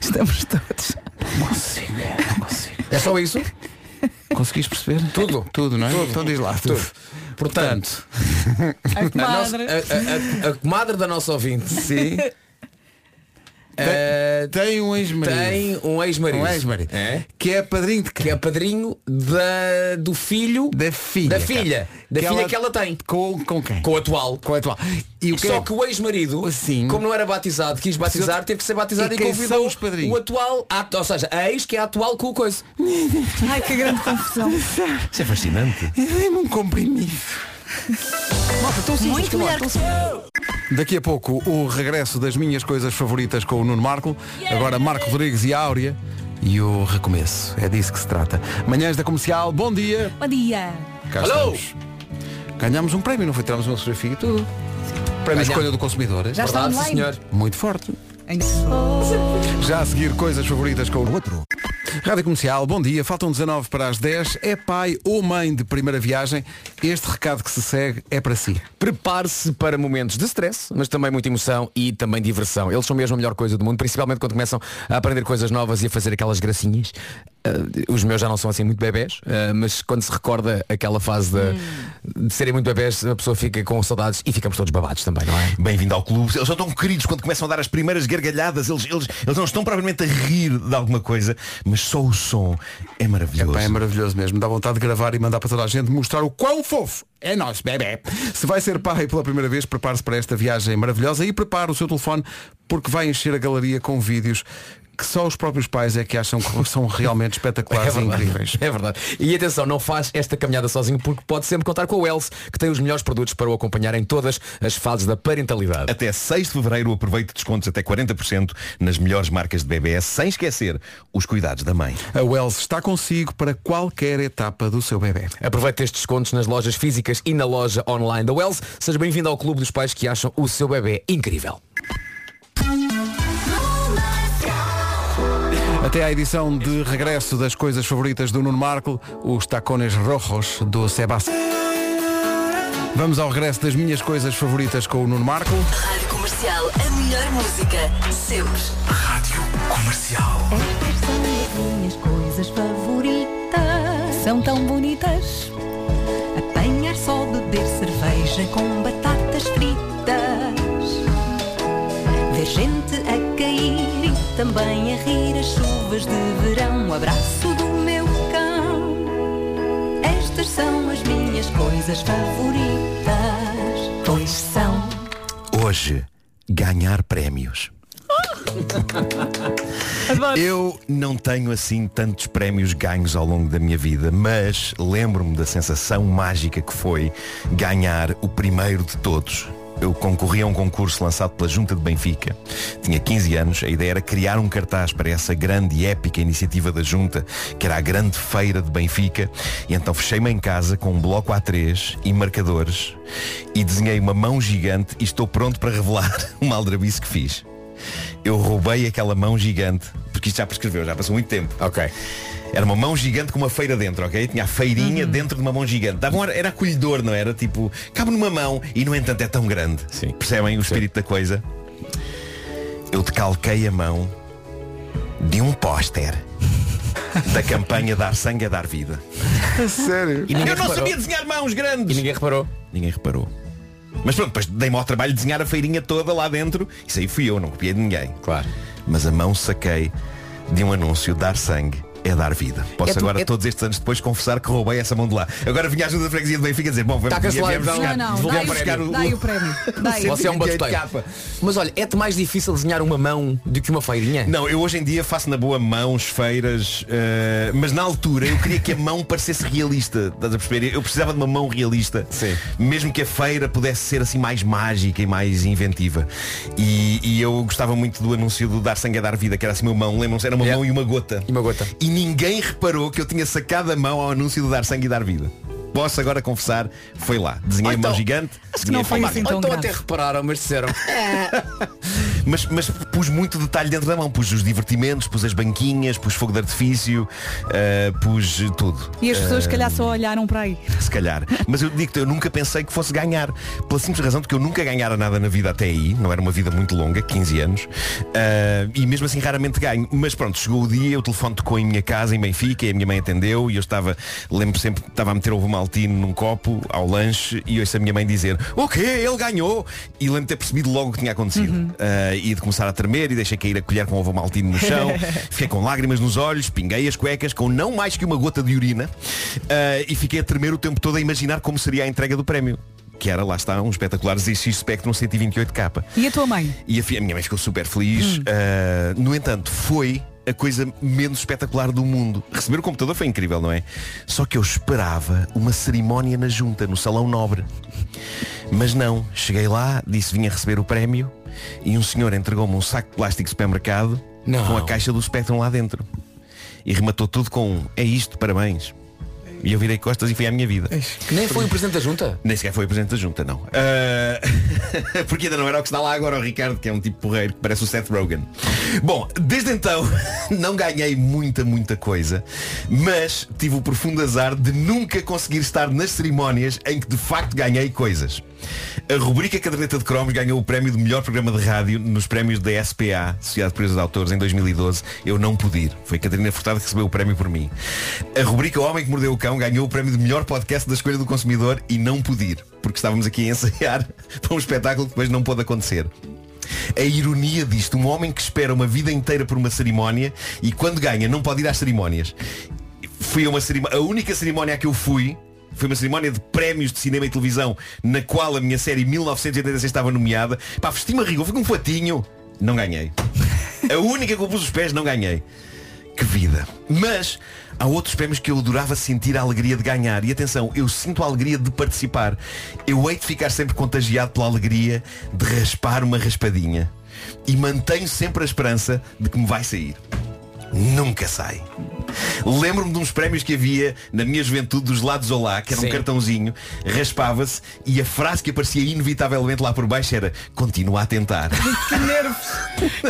Speaker 4: Estamos todos.
Speaker 2: Não consigo, não consigo.
Speaker 8: É só isso?
Speaker 2: Conseguiste perceber?
Speaker 8: Tudo.
Speaker 2: Tudo, não é?
Speaker 8: Tudo.
Speaker 2: Então diz lá.
Speaker 8: Tudo.
Speaker 2: Tudo. Portanto,
Speaker 4: A
Speaker 8: A, nossa,
Speaker 4: comadre.
Speaker 8: a- a- a- a comadre da nossa ouvinte
Speaker 2: Sim. Tem, tem um ex-marido.
Speaker 8: É, Tem um ex-marido.
Speaker 2: Um ex-marido.
Speaker 8: É?
Speaker 2: Que é padrinho de
Speaker 8: Que é padrinho da, do filho.
Speaker 2: Da filha.
Speaker 8: Da filha. Da filha que ela tem.
Speaker 2: Com, com quem?
Speaker 8: Com o atual.
Speaker 2: Com o atual. E o que
Speaker 8: Só
Speaker 2: é-
Speaker 8: que o ex-marido, como não era batizado, quis batizar, teve que ser batizado
Speaker 2: E
Speaker 8: e,
Speaker 2: quem são
Speaker 8: convidou
Speaker 2: os padrinhos?
Speaker 8: o atual, a- ou seja, a ex que é a atual com o coisa.
Speaker 4: Ai, que grande confusão.
Speaker 5: Isso é fascinante.
Speaker 2: Dê-me um comprimido.
Speaker 4: Muito melhor.
Speaker 2: Daqui a pouco o regresso das minhas coisas favoritas com o Nuno Marco. Agora Marco Rodrigues e Áurea. E o recomeço. É disso que se trata. Manhãs da Comercial, bom dia.
Speaker 4: Bom dia.
Speaker 2: Cá
Speaker 8: Alô?
Speaker 2: estamos. Ganhámos um prémio, não foi? Tirámos uma fotografia e tudo. Prémio
Speaker 8: Ganhámos.
Speaker 2: Escolha do Consumidor. é?
Speaker 4: Já está
Speaker 8: Verdade,
Speaker 4: online.
Speaker 8: sim, senhor.
Speaker 2: Muito forte. Já a seguir, coisas favoritas com o outro. Rádio Comercial, bom dia. Faltam 19 para as 10. É pai ou mãe de primeira viagem. Este recado que se segue é para si.
Speaker 8: Prepare-se para momentos de stress, mas também muita emoção e também diversão. Eles são mesmo a melhor coisa do mundo, principalmente quando começam a aprender coisas novas e a fazer aquelas gracinhas. Ah, os meus já não são assim muito bebés, ah, mas quando se recorda aquela fase de, de serem muito bebés, a pessoa fica com saudades e ficamos todos babados também, não é?
Speaker 5: Bem-vindo ao clube. Eles só estão queridos quando começam a dar as primeiras gargalhadas. Eles, eles, eles não estão propriamente a rir de alguma coisa, mas só o som é maravilhoso.
Speaker 2: Epá, é maravilhoso mesmo. Dá vontade de gravar e mandar para toda a gente mostrar o quão fofo é nosso bebê. Se vai ser pai pela primeira vez, prepare-se para esta viagem maravilhosa e prepare o seu telefone porque vai encher a galeria com vídeos que só os próprios pais é que acham que são realmente espetaculares e
Speaker 8: verdade.
Speaker 2: incríveis.
Speaker 8: É verdade. E atenção, não faz esta caminhada sozinho porque pode sempre contar com a Wells, que tem os melhores produtos para o acompanhar em todas as fases da parentalidade.
Speaker 5: Até 6 de Fevereiro aproveite descontos até 40% nas melhores marcas de bebê, sem esquecer os cuidados da mãe.
Speaker 2: A Wells está consigo para qualquer etapa do seu bebê.
Speaker 8: Aproveite estes descontos nas lojas físicas e na loja online da Wells. Seja bem-vindo ao clube dos pais que acham o seu bebê incrível.
Speaker 2: Até à edição de regresso das coisas favoritas do Nuno Marco, os tacones rojos do Sebastião. Vamos ao regresso das minhas coisas favoritas com o Nuno Marco.
Speaker 6: Rádio Comercial, a melhor música, sempre. Rádio Comercial.
Speaker 13: Minhas coisas favoritas são tão bonitas. Apanhar só, beber cerveja com batatas fritas. Ver gente a cair e também a rir as chuvas de verão. O abraço do meu cão. Estas são as minhas coisas favoritas. Pois são.
Speaker 5: Hoje, ganhar prémios. Eu não tenho assim tantos prémios ganhos ao longo da minha vida, mas lembro-me da sensação mágica que foi ganhar o primeiro de todos. Eu concorri a um concurso lançado pela Junta de Benfica. Tinha 15 anos, a ideia era criar um cartaz para essa grande e épica iniciativa da Junta, que era a grande feira de Benfica. E então fechei-me em casa com um bloco A3 e marcadores e desenhei uma mão gigante e estou pronto para revelar uma aldrabice que fiz. Eu roubei aquela mão gigante Porque isto já prescreveu, já passou muito tempo
Speaker 8: Ok
Speaker 5: Era uma mão gigante com uma feira dentro, ok? Tinha a feirinha dentro de uma mão gigante Dava um ar- Era acolhedor, não era? Tipo, cabe numa mão e no entanto é tão grande Percebem o espírito da coisa? Eu decalquei a mão De um póster Da campanha Dar Sangue a Dar Vida
Speaker 2: Sério?
Speaker 5: Eu não sabia desenhar mãos grandes
Speaker 8: E ninguém reparou
Speaker 5: Ninguém reparou Mas pronto, depois dei-me ao trabalho de desenhar a feirinha toda lá dentro Isso aí fui eu, não copiei de ninguém
Speaker 8: Claro
Speaker 5: mas a mão saquei de um anúncio dar sangue é dar vida. Posso
Speaker 8: É tu-
Speaker 5: agora,
Speaker 8: é-
Speaker 5: todos estes anos depois, confessar que roubei essa mão de lá. Agora vinha a ajuda da freguesia de Benfica dizer, bom, vamos,
Speaker 8: Está cancelado,
Speaker 5: viemos buscar,
Speaker 4: Não, não,
Speaker 5: viemos
Speaker 4: dai o-
Speaker 5: buscar o,
Speaker 4: dai o prémio. Dai.
Speaker 8: Você é um
Speaker 5: de
Speaker 8: batuteiro
Speaker 5: capa.
Speaker 8: Mas olha, é-te mais difícil desenhar uma mão do que uma feirinha?
Speaker 5: Não, eu hoje em dia faço na boa mãos, feiras, eh, mas na altura eu queria que a mão parecesse realista. Estás a perceber? Eu precisava de uma mão realista.
Speaker 8: Sim.
Speaker 5: Mesmo que a feira pudesse ser assim mais mágica e mais inventiva. E, e eu gostava muito do anúncio do Dar Sangue a Dar Vida, que era assim uma mão, lembram-se? Era uma mão e uma gota.
Speaker 8: E uma gota
Speaker 5: E ninguém reparou que eu tinha sacado a mão ao anúncio de dar sangue e dar vida. Posso agora confessar, foi lá. Desenhei
Speaker 8: Ou
Speaker 5: uma mão
Speaker 8: então-
Speaker 5: gigante.
Speaker 8: que não
Speaker 5: desenhei
Speaker 8: foi
Speaker 5: uma
Speaker 8: assim
Speaker 5: máquina.
Speaker 8: tão
Speaker 5: Ou então
Speaker 8: grave.
Speaker 5: até-
Speaker 8: repararam, mas disseram
Speaker 5: mas, mas pus muito detalhe dentro da mão. Pus os divertimentos, pus as banquinhas, pus fogo de artifício, ah, pus tudo.
Speaker 4: E as pessoas,
Speaker 5: Ah,
Speaker 4: se calhar, só olharam para aí.
Speaker 5: se calhar. Mas eu digo-te, eu nunca pensei que fosse ganhar. Pela simples razão de que eu nunca ganhara nada na vida até aí. Não era uma vida muito longa, 15 anos. Ah, e mesmo assim raramente ganho. Mas pronto, chegou o dia, o telefone tocou em minha casa, em Benfica, e a minha mãe atendeu. E eu estava, lembro sempre, estava a meter ovo maltino num copo, ao lanche, e ouço a minha mãe dizer, o quê? Ele ganhou! E lembro de ter percebido logo o que tinha acontecido. Ah, eh, e de começar a tremer e deixei cair a colher com ovo maltino no chão. Fiquei com lágrimas nos olhos, pinguei as cuecas com não mais que uma gota de urina eh, e fiquei a tremer o tempo todo a imaginar como seria a entrega do prémio. Que era, lá está, um espetacular ZX Spectrum 128K.
Speaker 4: E a tua mãe?
Speaker 5: E a, fi- a minha mãe ficou super feliz. Ah, no entanto, foi a coisa menos espetacular do mundo. Receber o computador foi incrível, não é? Só que eu esperava uma cerimónia na junta, no Salão Nobre. Mas não, cheguei lá, disse vinha receber o prémio e um senhor entregou-me um saco de plástico de supermercado com a caixa do Spectrum lá dentro. E rematou tudo com um, é isto, parabéns. E eu virei costas e fui à minha vida.
Speaker 8: Que nem foi o Presidente da Junta?
Speaker 5: Nem sequer foi o Presidente da Junta, não. Ah, porque ainda não era o que está lá agora o Ricardo, que é um tipo porreiro que parece o Seth Rogen. Bom, desde então não ganhei muita, muita coisa, mas tive o profundo azar de nunca conseguir estar nas cerimónias em que de facto ganhei coisas. A rubrica Caderneta de Cromos ganhou o prémio de melhor programa de rádio nos prémios da SPA, Sociedade Portuguesa de Autores, em 2012. Eu não pude ir. Foi Catarina Furtado que recebeu o prémio por mim. A rubrica O Homem que Mordeu o Cão ganhou o prémio de melhor podcast da escolha do consumidor e não pude ir, porque estávamos aqui a ensaiar para um espetáculo que depois não pôde acontecer. A ironia disto, um homem que espera uma vida inteira por uma cerimónia e quando ganha não pode ir às cerimónias. Fui a uma cerimónia, a única cerimónia a que eu fui foi uma cerimónia de prémios de cinema e televisão na qual a minha série 1986 estava nomeada. Pá, vesti-me a rigor, fui com um fatinho. Não ganhei. A única que eu pus os pés, não ganhei. Que vida. Mas há outros prémios que eu adorava sentir a alegria de ganhar. E atenção, eu sinto a alegria de participar. Eu hei de ficar sempre contagiado pela alegria de raspar uma raspadinha. E mantenho sempre a esperança de que me vai sair. Nunca sai. Lembro-me de uns prémios que havia na minha juventude dos lados Olá, que era um cartãozinho, raspava-se e a frase que aparecia inevitavelmente lá por baixo era continua a tentar.
Speaker 8: Que nervos!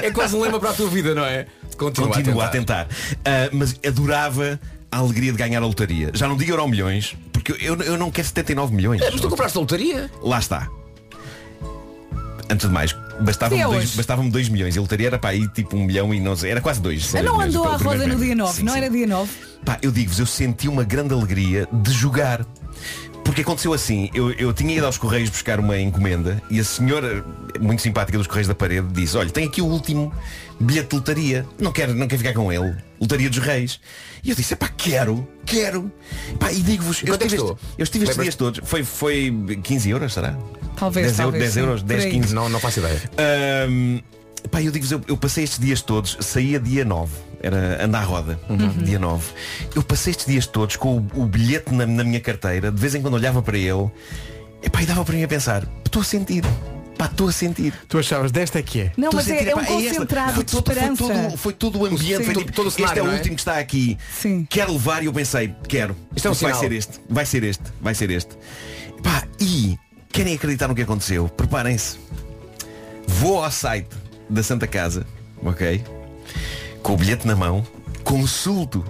Speaker 8: É quase um lema para a tua vida, não é? Continua,
Speaker 5: Continua
Speaker 8: a
Speaker 5: a
Speaker 8: tentar.
Speaker 5: tentar. Ah, mas adorava a alegria de ganhar a lotaria. Já não digo euro milhões, porque eu, eu não quero 79 milhões.
Speaker 8: É, mas tu compraste a lotaria?
Speaker 5: Lá está. Antes de mais, bastavam-me
Speaker 4: Até
Speaker 5: 2
Speaker 4: é hoje.
Speaker 5: milhões. A lotaria era para aí tipo 1 milhão e não sei. Era quase 2.
Speaker 4: Não andou à roda no dia 9,
Speaker 5: Sim,
Speaker 4: não
Speaker 5: sim.
Speaker 4: era dia 9?
Speaker 5: Pá, eu digo-vos, eu senti uma grande alegria de jogar. Porque aconteceu assim, eu, eu tinha ido aos Correios buscar uma encomenda e a senhora, muito simpática dos Correios da Parede, disse, olha, tem aqui o último bilhete de lotaria, não quero, não quero ficar com ele, lotaria dos reis. E eu disse, pá, quero, quero. Pá, e digo-vos, eu
Speaker 8: Quanto é que
Speaker 5: estive, este,
Speaker 8: custou?
Speaker 5: eu estive estes
Speaker 8: Lembras-te?
Speaker 5: dias todos, foi, foi 15 euros, será?
Speaker 4: Talvez,
Speaker 5: 10, eu-
Speaker 4: talvez,
Speaker 5: 10
Speaker 4: sim.
Speaker 5: euros,
Speaker 4: Por
Speaker 5: 10,
Speaker 4: aí.
Speaker 5: 15.
Speaker 8: Não, não faço ideia.
Speaker 5: Ahm, pá, eu digo-vos, eu, eu passei estes dias todos, saía dia 9, era andar à roda,
Speaker 4: Uhum.
Speaker 5: Uhum. dia 9. Eu passei estes dias todos com o, o bilhete na, na minha carteira, de vez em quando olhava para ele, epá, e dava para mim a pensar, estou a sentir. Pá, estou a sentir.
Speaker 2: Tu achavas, desta é que é.
Speaker 4: Não,
Speaker 5: Estou a
Speaker 4: mas é-
Speaker 5: sentir,
Speaker 4: é um
Speaker 5: epá, esta.
Speaker 4: concentrado
Speaker 5: foi
Speaker 4: de
Speaker 5: todo, foi
Speaker 4: esperança.
Speaker 5: todo- foi todo o ambiente,
Speaker 4: Sim.
Speaker 5: foi
Speaker 4: Todo- todo o
Speaker 5: Este é
Speaker 4: cenário,
Speaker 5: o
Speaker 4: não é?
Speaker 5: último que está aqui. Quero levar e eu pensei, quero.
Speaker 8: Isto é um
Speaker 5: Porque vai
Speaker 8: sinal.
Speaker 5: ser este, vai ser este, vai ser este. Pá, e querem acreditar no que aconteceu? Preparem-se. Vou ao site da Santa Casa, ok? Com o bilhete na mão, consulto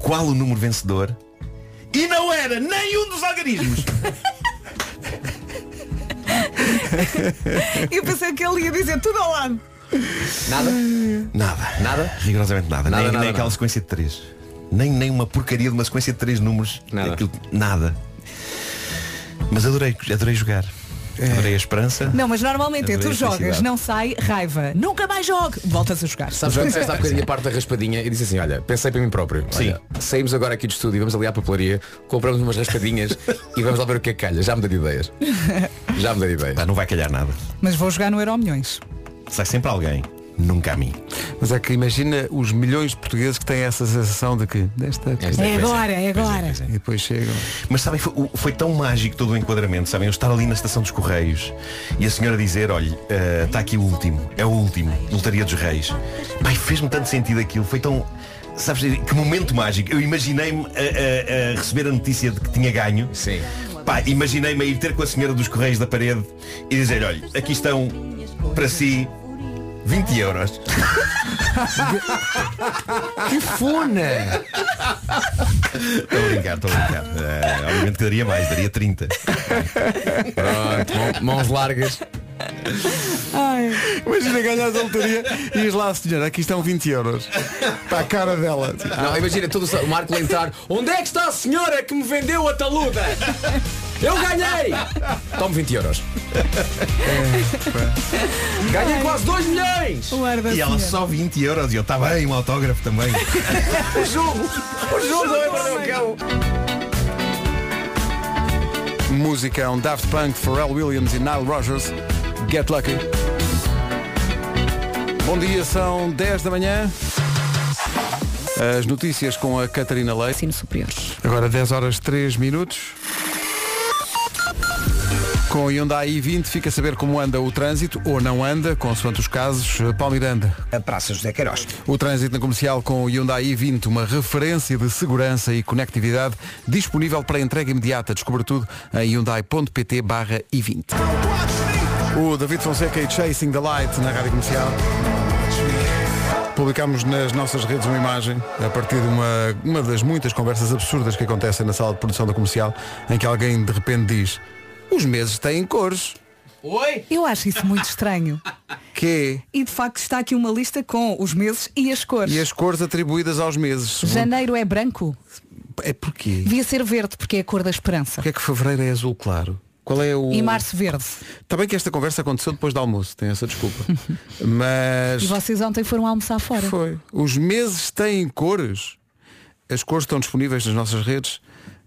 Speaker 5: qual o número vencedor e não era nenhum dos algarismos.
Speaker 4: Eu pensei que ele ia dizer tudo ao lado.
Speaker 8: Nada?
Speaker 5: Nada. Nada? Rigorosamente nada.
Speaker 8: Nada,
Speaker 5: nem
Speaker 8: nada,
Speaker 5: nem aquela
Speaker 8: nada.
Speaker 5: sequência de três. Nem, nem uma porcaria de uma sequência de três números.
Speaker 8: Nada.
Speaker 5: Aquilo- nada. Mas adorei, adorei jogar. Adorei a esperança.
Speaker 4: Não, mas normalmente é tu
Speaker 5: Adorei a
Speaker 4: jogas,
Speaker 5: felicidade.
Speaker 4: não sai, raiva. Nunca mais jogue. Voltas a jogar.
Speaker 8: Sabes quando disseste há bocadinho a parte da raspadinha e disse assim, olha, pensei para mim próprio. Olha, saímos agora aqui do estúdio, vamos ali à papelaria, compramos umas raspadinhas e vamos lá ver o que é que calha. Já me dá de ideias. Já me dá de ideias.
Speaker 5: não vai calhar nada.
Speaker 4: Mas vou jogar no Euro Milhões.
Speaker 5: Sai sempre alguém. Nunca a mim.
Speaker 2: Mas é que imagina os milhões de portugueses que têm essa sensação de que desta é, que
Speaker 4: É agora, é agora.
Speaker 2: E depois chegam.
Speaker 5: Mas sabem, foi, o- foi tão mágico todo o enquadramento, sabem? Eu estar ali na estação dos Correios e a senhora dizer, olha, eh, está aqui o último, é o último, Lotaria dos Reis. Pai, fez-me tanto sentido aquilo, foi tão. Sabes, que momento mágico. Eu imaginei-me a, a- a receber a notícia de que tinha ganho.
Speaker 8: Sim.
Speaker 5: Pá, imaginei-me a ir ter com a senhora dos Correios da parede e dizer, olha, aqui estão para si 20 euros.
Speaker 8: Que fona!
Speaker 5: Estou a brincar, estou a brincar. Eh, obviamente que daria mais, daria 30.
Speaker 8: Pronto, mão- mãos largas.
Speaker 2: Imagina ganhas a lotaria e ias lá, senhora, aqui estão 20 euros. Para a cara dela. assim.
Speaker 8: Não, imagina todo o sa- o Marco lá entrar. Onde é que está a senhora que me vendeu a taluda? Eu ganhei! Tome 20 euros. Ganhei quase 2 milhões!
Speaker 5: E ela só 20 euros e eu estava aí, um autógrafo também.
Speaker 8: O jogo! O jogo não é para o cão!
Speaker 2: Música um Daft Punk, Pharrell Williams e Nile Rogers. Get Lucky. Bom dia, são 10 da manhã. As notícias com a Catarina Leite.
Speaker 9: Ensino superiores.
Speaker 2: Agora 10 horas 3 minutos. Com o Hyundai i20 fica a saber como anda o trânsito ou não anda, consoante os casos. Paulo Miranda.
Speaker 3: A Praça José Queiroz.
Speaker 2: O trânsito na comercial com o Hyundai i20, uma referência de segurança e conectividade, disponível para entrega imediata. Descubra tudo em hyundai.pt barra i20. O David Fonseca e Chasing the Light na Rádio Comercial. Publicámos nas nossas redes uma imagem a partir de uma, uma das muitas conversas absurdas que acontecem na sala de produção da comercial, em que alguém de repente diz, os meses têm cores.
Speaker 4: Oi? Eu acho isso muito estranho.
Speaker 2: Que
Speaker 4: E de facto está aqui uma lista com os meses e as
Speaker 2: é?
Speaker 4: cores.
Speaker 2: E as cores atribuídas aos meses. segundo-
Speaker 4: Janeiro é branco.
Speaker 2: É porquê?
Speaker 4: Devia ser verde porque é a cor da esperança.
Speaker 2: Porquê é que fevereiro é azul claro? Qual é o...
Speaker 4: E março verde.
Speaker 2: Também que esta conversa aconteceu depois do almoço, tem essa desculpa. Mas
Speaker 4: E vocês ontem foram almoçar fora.
Speaker 2: Foi. os meses têm cores. As cores estão disponíveis nas nossas redes.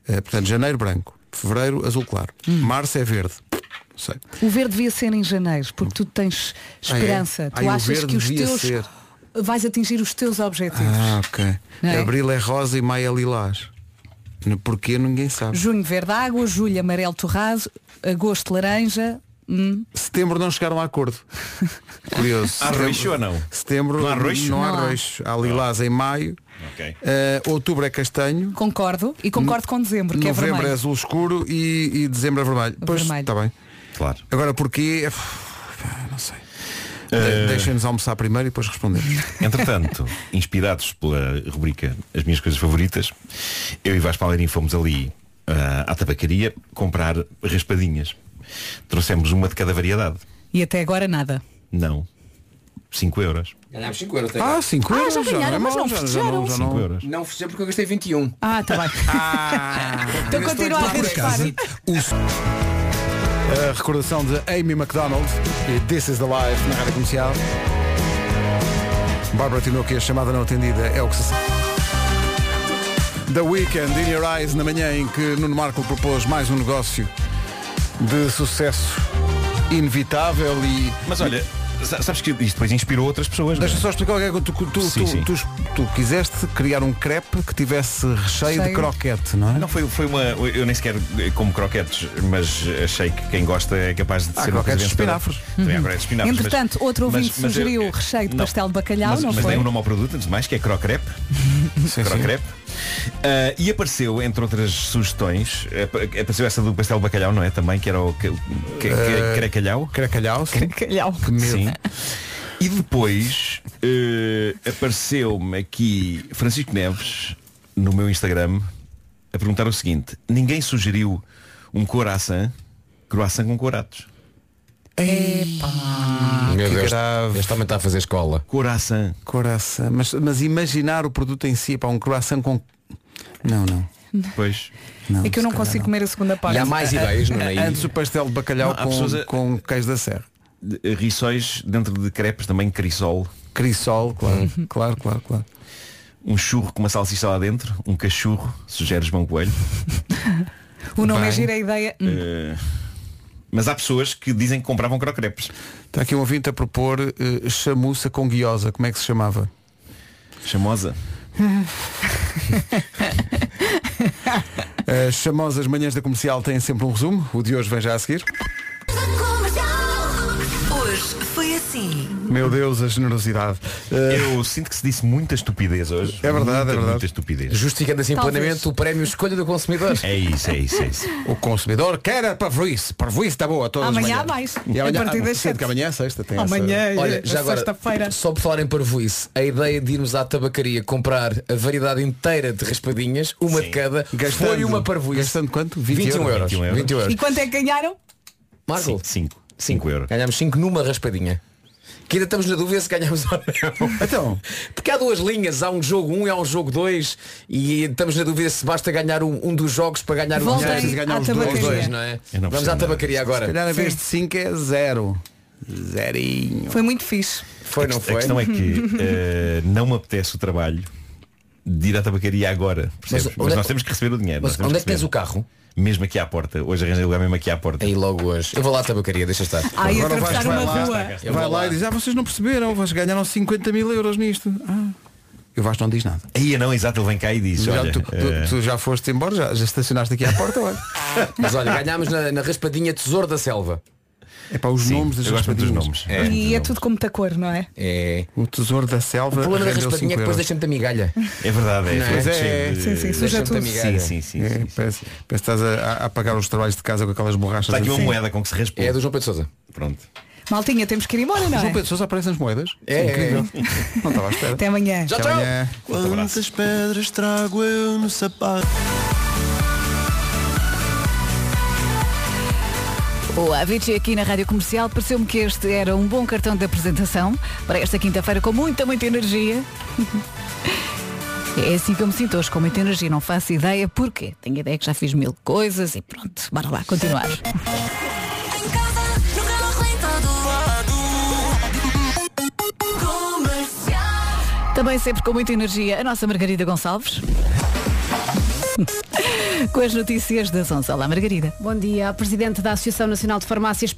Speaker 2: Eh, portanto, janeiro branco, fevereiro azul claro,
Speaker 4: Hum.
Speaker 2: março é verde. Não sei.
Speaker 4: O verde devia ser em janeiro, porque tu tens
Speaker 2: Ah, é?
Speaker 4: esperança.
Speaker 2: Ai,
Speaker 4: Tu
Speaker 2: o
Speaker 4: achas
Speaker 2: verde
Speaker 4: que os
Speaker 2: devia
Speaker 4: teus
Speaker 2: ser.
Speaker 4: vais atingir os teus objetivos.
Speaker 2: Ah, ok.
Speaker 4: Não é?
Speaker 2: Abril é rosa e maio é lilás. No Porquê ninguém sabe.
Speaker 4: Junho verde água, julho amarelo torrado, agosto laranja. Hum.
Speaker 2: Setembro não chegaram a acordo. Curioso.
Speaker 5: Há
Speaker 2: Setembro-
Speaker 5: roxo ou não?
Speaker 2: Setembro
Speaker 5: Não há roxo?
Speaker 2: Não há
Speaker 4: Não há.
Speaker 2: roxo. Há lilás em maio.
Speaker 5: Ok.
Speaker 2: Eh, outubro é castanho.
Speaker 4: Concordo. E concordo com dezembro, que é
Speaker 2: Novembro é,
Speaker 4: vermelho.
Speaker 2: azul escuro e, e dezembro é vermelho. Pois
Speaker 4: Vermelho.
Speaker 2: está bem.
Speaker 5: Claro.
Speaker 2: Agora porquê? Uf, Não sei.
Speaker 5: Eh,
Speaker 2: De- Deixem-nos almoçar primeiro e depois respondemos.
Speaker 5: Entretanto, inspirados pela rubrica As Minhas Coisas Favoritas, eu e Vasco Palmeirinho fomos ali ah, à tabacaria comprar raspadinhas. Trouxemos uma de cada variedade.
Speaker 2: é-
Speaker 4: E até agora nada.
Speaker 5: Não. 5 euros.
Speaker 8: Ganhámos 5
Speaker 5: eh,
Speaker 8: euros.
Speaker 2: Ah, 5
Speaker 4: Ah, euros, já já ganharam, não é mas mau, não já- já festejaram. não- já
Speaker 8: Não,
Speaker 5: Oh.
Speaker 4: não-
Speaker 8: euros. não festejei porque eu gastei 21.
Speaker 4: Ah, está bem.
Speaker 2: Ah,
Speaker 4: então continua a raspar.
Speaker 2: A recordação de Amy McDonald e This is the Life na rádio comercial. Bárbara Tinoco e a chamada não atendida é o que se sabe. The Weekend in Your Eyes na manhã em que Nuno Marco propôs mais um negócio de sucesso inevitável e.
Speaker 5: Mas olha, sa- sabes que isto depois inspirou outras pessoas. não é?
Speaker 2: Deixa só explicar o que é que tu, tu,
Speaker 5: Sim,
Speaker 2: tu-
Speaker 5: sim.
Speaker 2: tu- tu quiseste criar um crepe que tivesse recheio de
Speaker 5: Recheio.
Speaker 2: croquete, não é?
Speaker 5: Não, foi, foi uma. Eu nem sequer eh, como croquetes, mas achei que quem gosta é capaz de
Speaker 4: Ah,
Speaker 2: Há
Speaker 5: ser uma coisa
Speaker 2: croquetes de
Speaker 5: vencedora.
Speaker 2: espinafres.
Speaker 5: Também há croquetes de espinafres. mas-
Speaker 4: Uhum. Entretanto, outro ouvinte
Speaker 5: mas- mas eu-
Speaker 4: sugeriu recheio de
Speaker 5: não.
Speaker 4: pastel de bacalhau,
Speaker 5: mas,
Speaker 4: não
Speaker 5: mas
Speaker 4: foi?
Speaker 5: dei o nome ao produto, antes de mais, que é Crocrep. Crocrep. Ah, e apareceu, entre outras sugestões, apa- apareceu essa do pastel de bacalhau, não é? Também, que era o que, que, que,
Speaker 2: Ah,
Speaker 5: cracalhau.
Speaker 2: Cracalhau, sim.
Speaker 4: Cracalhau.
Speaker 2: Que medo.
Speaker 5: Sim. E depois eh, apareceu-me aqui Francisco Neves, no meu Instagram, a perguntar o seguinte, ninguém sugeriu um croissant, croissant com coratos.
Speaker 8: Meu Ah,
Speaker 2: Que
Speaker 8: Deus, este também está a fazer escola.
Speaker 5: Coração.
Speaker 2: Coração. Mas, mas imaginar o produto em si, para um croissant com. Não, não.
Speaker 5: Pois.
Speaker 4: é que eu não
Speaker 2: se calhar
Speaker 4: consigo comer a segunda parte.
Speaker 8: Ah,
Speaker 2: Antes o pastel de bacalhau
Speaker 5: Não, há
Speaker 2: com,
Speaker 5: pessoas a-
Speaker 2: com queijo da serra.
Speaker 5: De- eh, Rissóis dentro de crepes também, crisol.
Speaker 2: Crisol, claro, claro, claro, claro.
Speaker 5: Um churro com uma salsicha lá dentro, um cachorro, sugeres bom coelho.
Speaker 4: O nome
Speaker 5: Bem.
Speaker 4: é gira a ideia. Hum.
Speaker 5: Eh, mas há pessoas que dizem que compravam crocrepes.
Speaker 2: Está aqui um ouvinte a propor eh, chamuça com guiosa. Como é que se chamava?
Speaker 5: Chamosa.
Speaker 2: As chamosas manhãs da comercial têm sempre um resumo. O de hoje vem já a seguir.
Speaker 6: Hoje foi assim.
Speaker 2: Meu Deus, a generosidade.
Speaker 5: Eu sinto que se disse muita estupidez hoje. É
Speaker 2: verdade, é verdade.
Speaker 5: Muita estupidez.
Speaker 8: Justificando assim
Speaker 5: Talvez.
Speaker 8: plenamente o prémio Escolha do Consumidor.
Speaker 5: É isso, é isso, é isso.
Speaker 2: Eh, O consumidor quer a parvoíce. Parvoíce está boa todas
Speaker 4: Amanhã
Speaker 2: as
Speaker 4: há mais.
Speaker 2: manhãs.
Speaker 4: A
Speaker 2: E amanhã,
Speaker 4: partir das
Speaker 2: ah, sendo que amanhã é sexta. Tem
Speaker 4: Amanhã eh,
Speaker 2: essa...
Speaker 8: Olha, já agora, só por falarem para isso, a ideia de irmos à tabacaria comprar a variedade inteira de raspadinhas, uma de cada, foi uma parvoíce.
Speaker 2: Gastando quanto?
Speaker 8: 21 euros. 21 euros. 21
Speaker 4: E quanto é que ganharam?
Speaker 8: Marco?
Speaker 5: 5. 5 euros.
Speaker 8: É, Ganhámos 5 numa raspadinha. Que ainda estamos na dúvida se ganhamos ou não.
Speaker 2: Então.
Speaker 8: Porque há duas linhas, há um jogo 1 um, e há um jogo 2 e estamos na dúvida se basta ganhar um, um dos jogos para ganhar o
Speaker 2: Voltem
Speaker 8: dinheiro.
Speaker 2: Preciso ganhar à os dois. tabacaria.
Speaker 8: Os dois, não é?
Speaker 2: Eu não
Speaker 8: Vamos
Speaker 2: percebo
Speaker 8: à
Speaker 2: nada.
Speaker 8: tabacaria agora.
Speaker 2: Se calhar a vez
Speaker 8: Sim.
Speaker 2: de 5 é zero. Zerinho.
Speaker 14: Foi muito fixe.
Speaker 8: Foi, não
Speaker 5: a
Speaker 8: foi?
Speaker 5: questão é que eh, não me apetece o trabalho de ir à tabacaria agora. percebes?
Speaker 8: Mas
Speaker 5: Mas,
Speaker 8: onde é-
Speaker 5: nós temos que receber o dinheiro.
Speaker 8: Mas
Speaker 5: nós temos
Speaker 8: onde é que tens
Speaker 5: receber.
Speaker 8: o carro? É
Speaker 5: Mesmo aqui à porta. Hoje arranjei lugar mesmo aqui à porta.
Speaker 8: Aí logo hoje. Eu vou lá à tabacaria, deixa estar.
Speaker 2: Ah, ia Agora
Speaker 8: atravessar uma
Speaker 2: lá,
Speaker 8: rua. Eu
Speaker 2: vai
Speaker 8: vou
Speaker 2: lá
Speaker 8: lá.
Speaker 2: e diz, ah, vocês não perceberam, vocês ganharam 50 mil euros nisto. Ah. E o Vasco não diz nada.
Speaker 5: Aí não, exato, ele vem cá e diz.
Speaker 2: Já-
Speaker 5: olha,
Speaker 2: tu,
Speaker 5: eh,
Speaker 2: tu- tu já foste embora, já, já estacionaste aqui à porta, olha.
Speaker 8: Mas olha, ganhámos na, na raspadinha Tesouro da Selva.
Speaker 2: É para os nomes das
Speaker 8: eu gosto muito dos
Speaker 2: raspadinhas.
Speaker 8: nomes. É.
Speaker 14: e é
Speaker 5: Então.
Speaker 14: tudo com muita cor, não é?
Speaker 8: É.
Speaker 2: O tesouro da
Speaker 8: O
Speaker 2: selva.
Speaker 8: problema da
Speaker 2: rendeu
Speaker 8: raspadinha é que
Speaker 2: cinco
Speaker 8: depois
Speaker 2: euros.
Speaker 8: deixa-me da migalha.
Speaker 5: É verdade, é.
Speaker 2: Não é?
Speaker 5: Pois
Speaker 2: É,
Speaker 5: é.
Speaker 2: sim, sim, suja
Speaker 5: Deixa-me
Speaker 2: tudo.
Speaker 5: da migalha. Sim, sim, sim.
Speaker 2: É, parece, parece que estás a, a- a pagar os trabalhos de casa com aquelas borrachas. assim.
Speaker 5: Está aqui uma
Speaker 2: Sim.
Speaker 5: moeda com que se responde.
Speaker 8: É do João Pedro Sousa.
Speaker 5: Pronto.
Speaker 14: Maltinha, temos que ir embora, não
Speaker 2: João
Speaker 14: é?
Speaker 2: Pedro Sousa aparecem as moedas.
Speaker 14: É,
Speaker 2: Incrível. Não estava à espera.
Speaker 14: Até amanhã.
Speaker 2: Até amanhã.
Speaker 15: Quantas pedras trago eu no sapato?
Speaker 4: O Avicii aqui na Rádio Comercial pareceu-me que este era um bom cartão de apresentação para esta quinta-feira com muita, muita energia. É assim que eu me sinto hoje, com muita energia, não faço ideia porquê. Tenho ideia que já fiz mil coisas e pronto, bora lá, continuar. Também sempre com muita energia, a nossa Margarida Gonçalves. com as notícias das 11. Olá, Margarida.
Speaker 13: Bom dia. A Presidente da Associação Nacional de Farmácias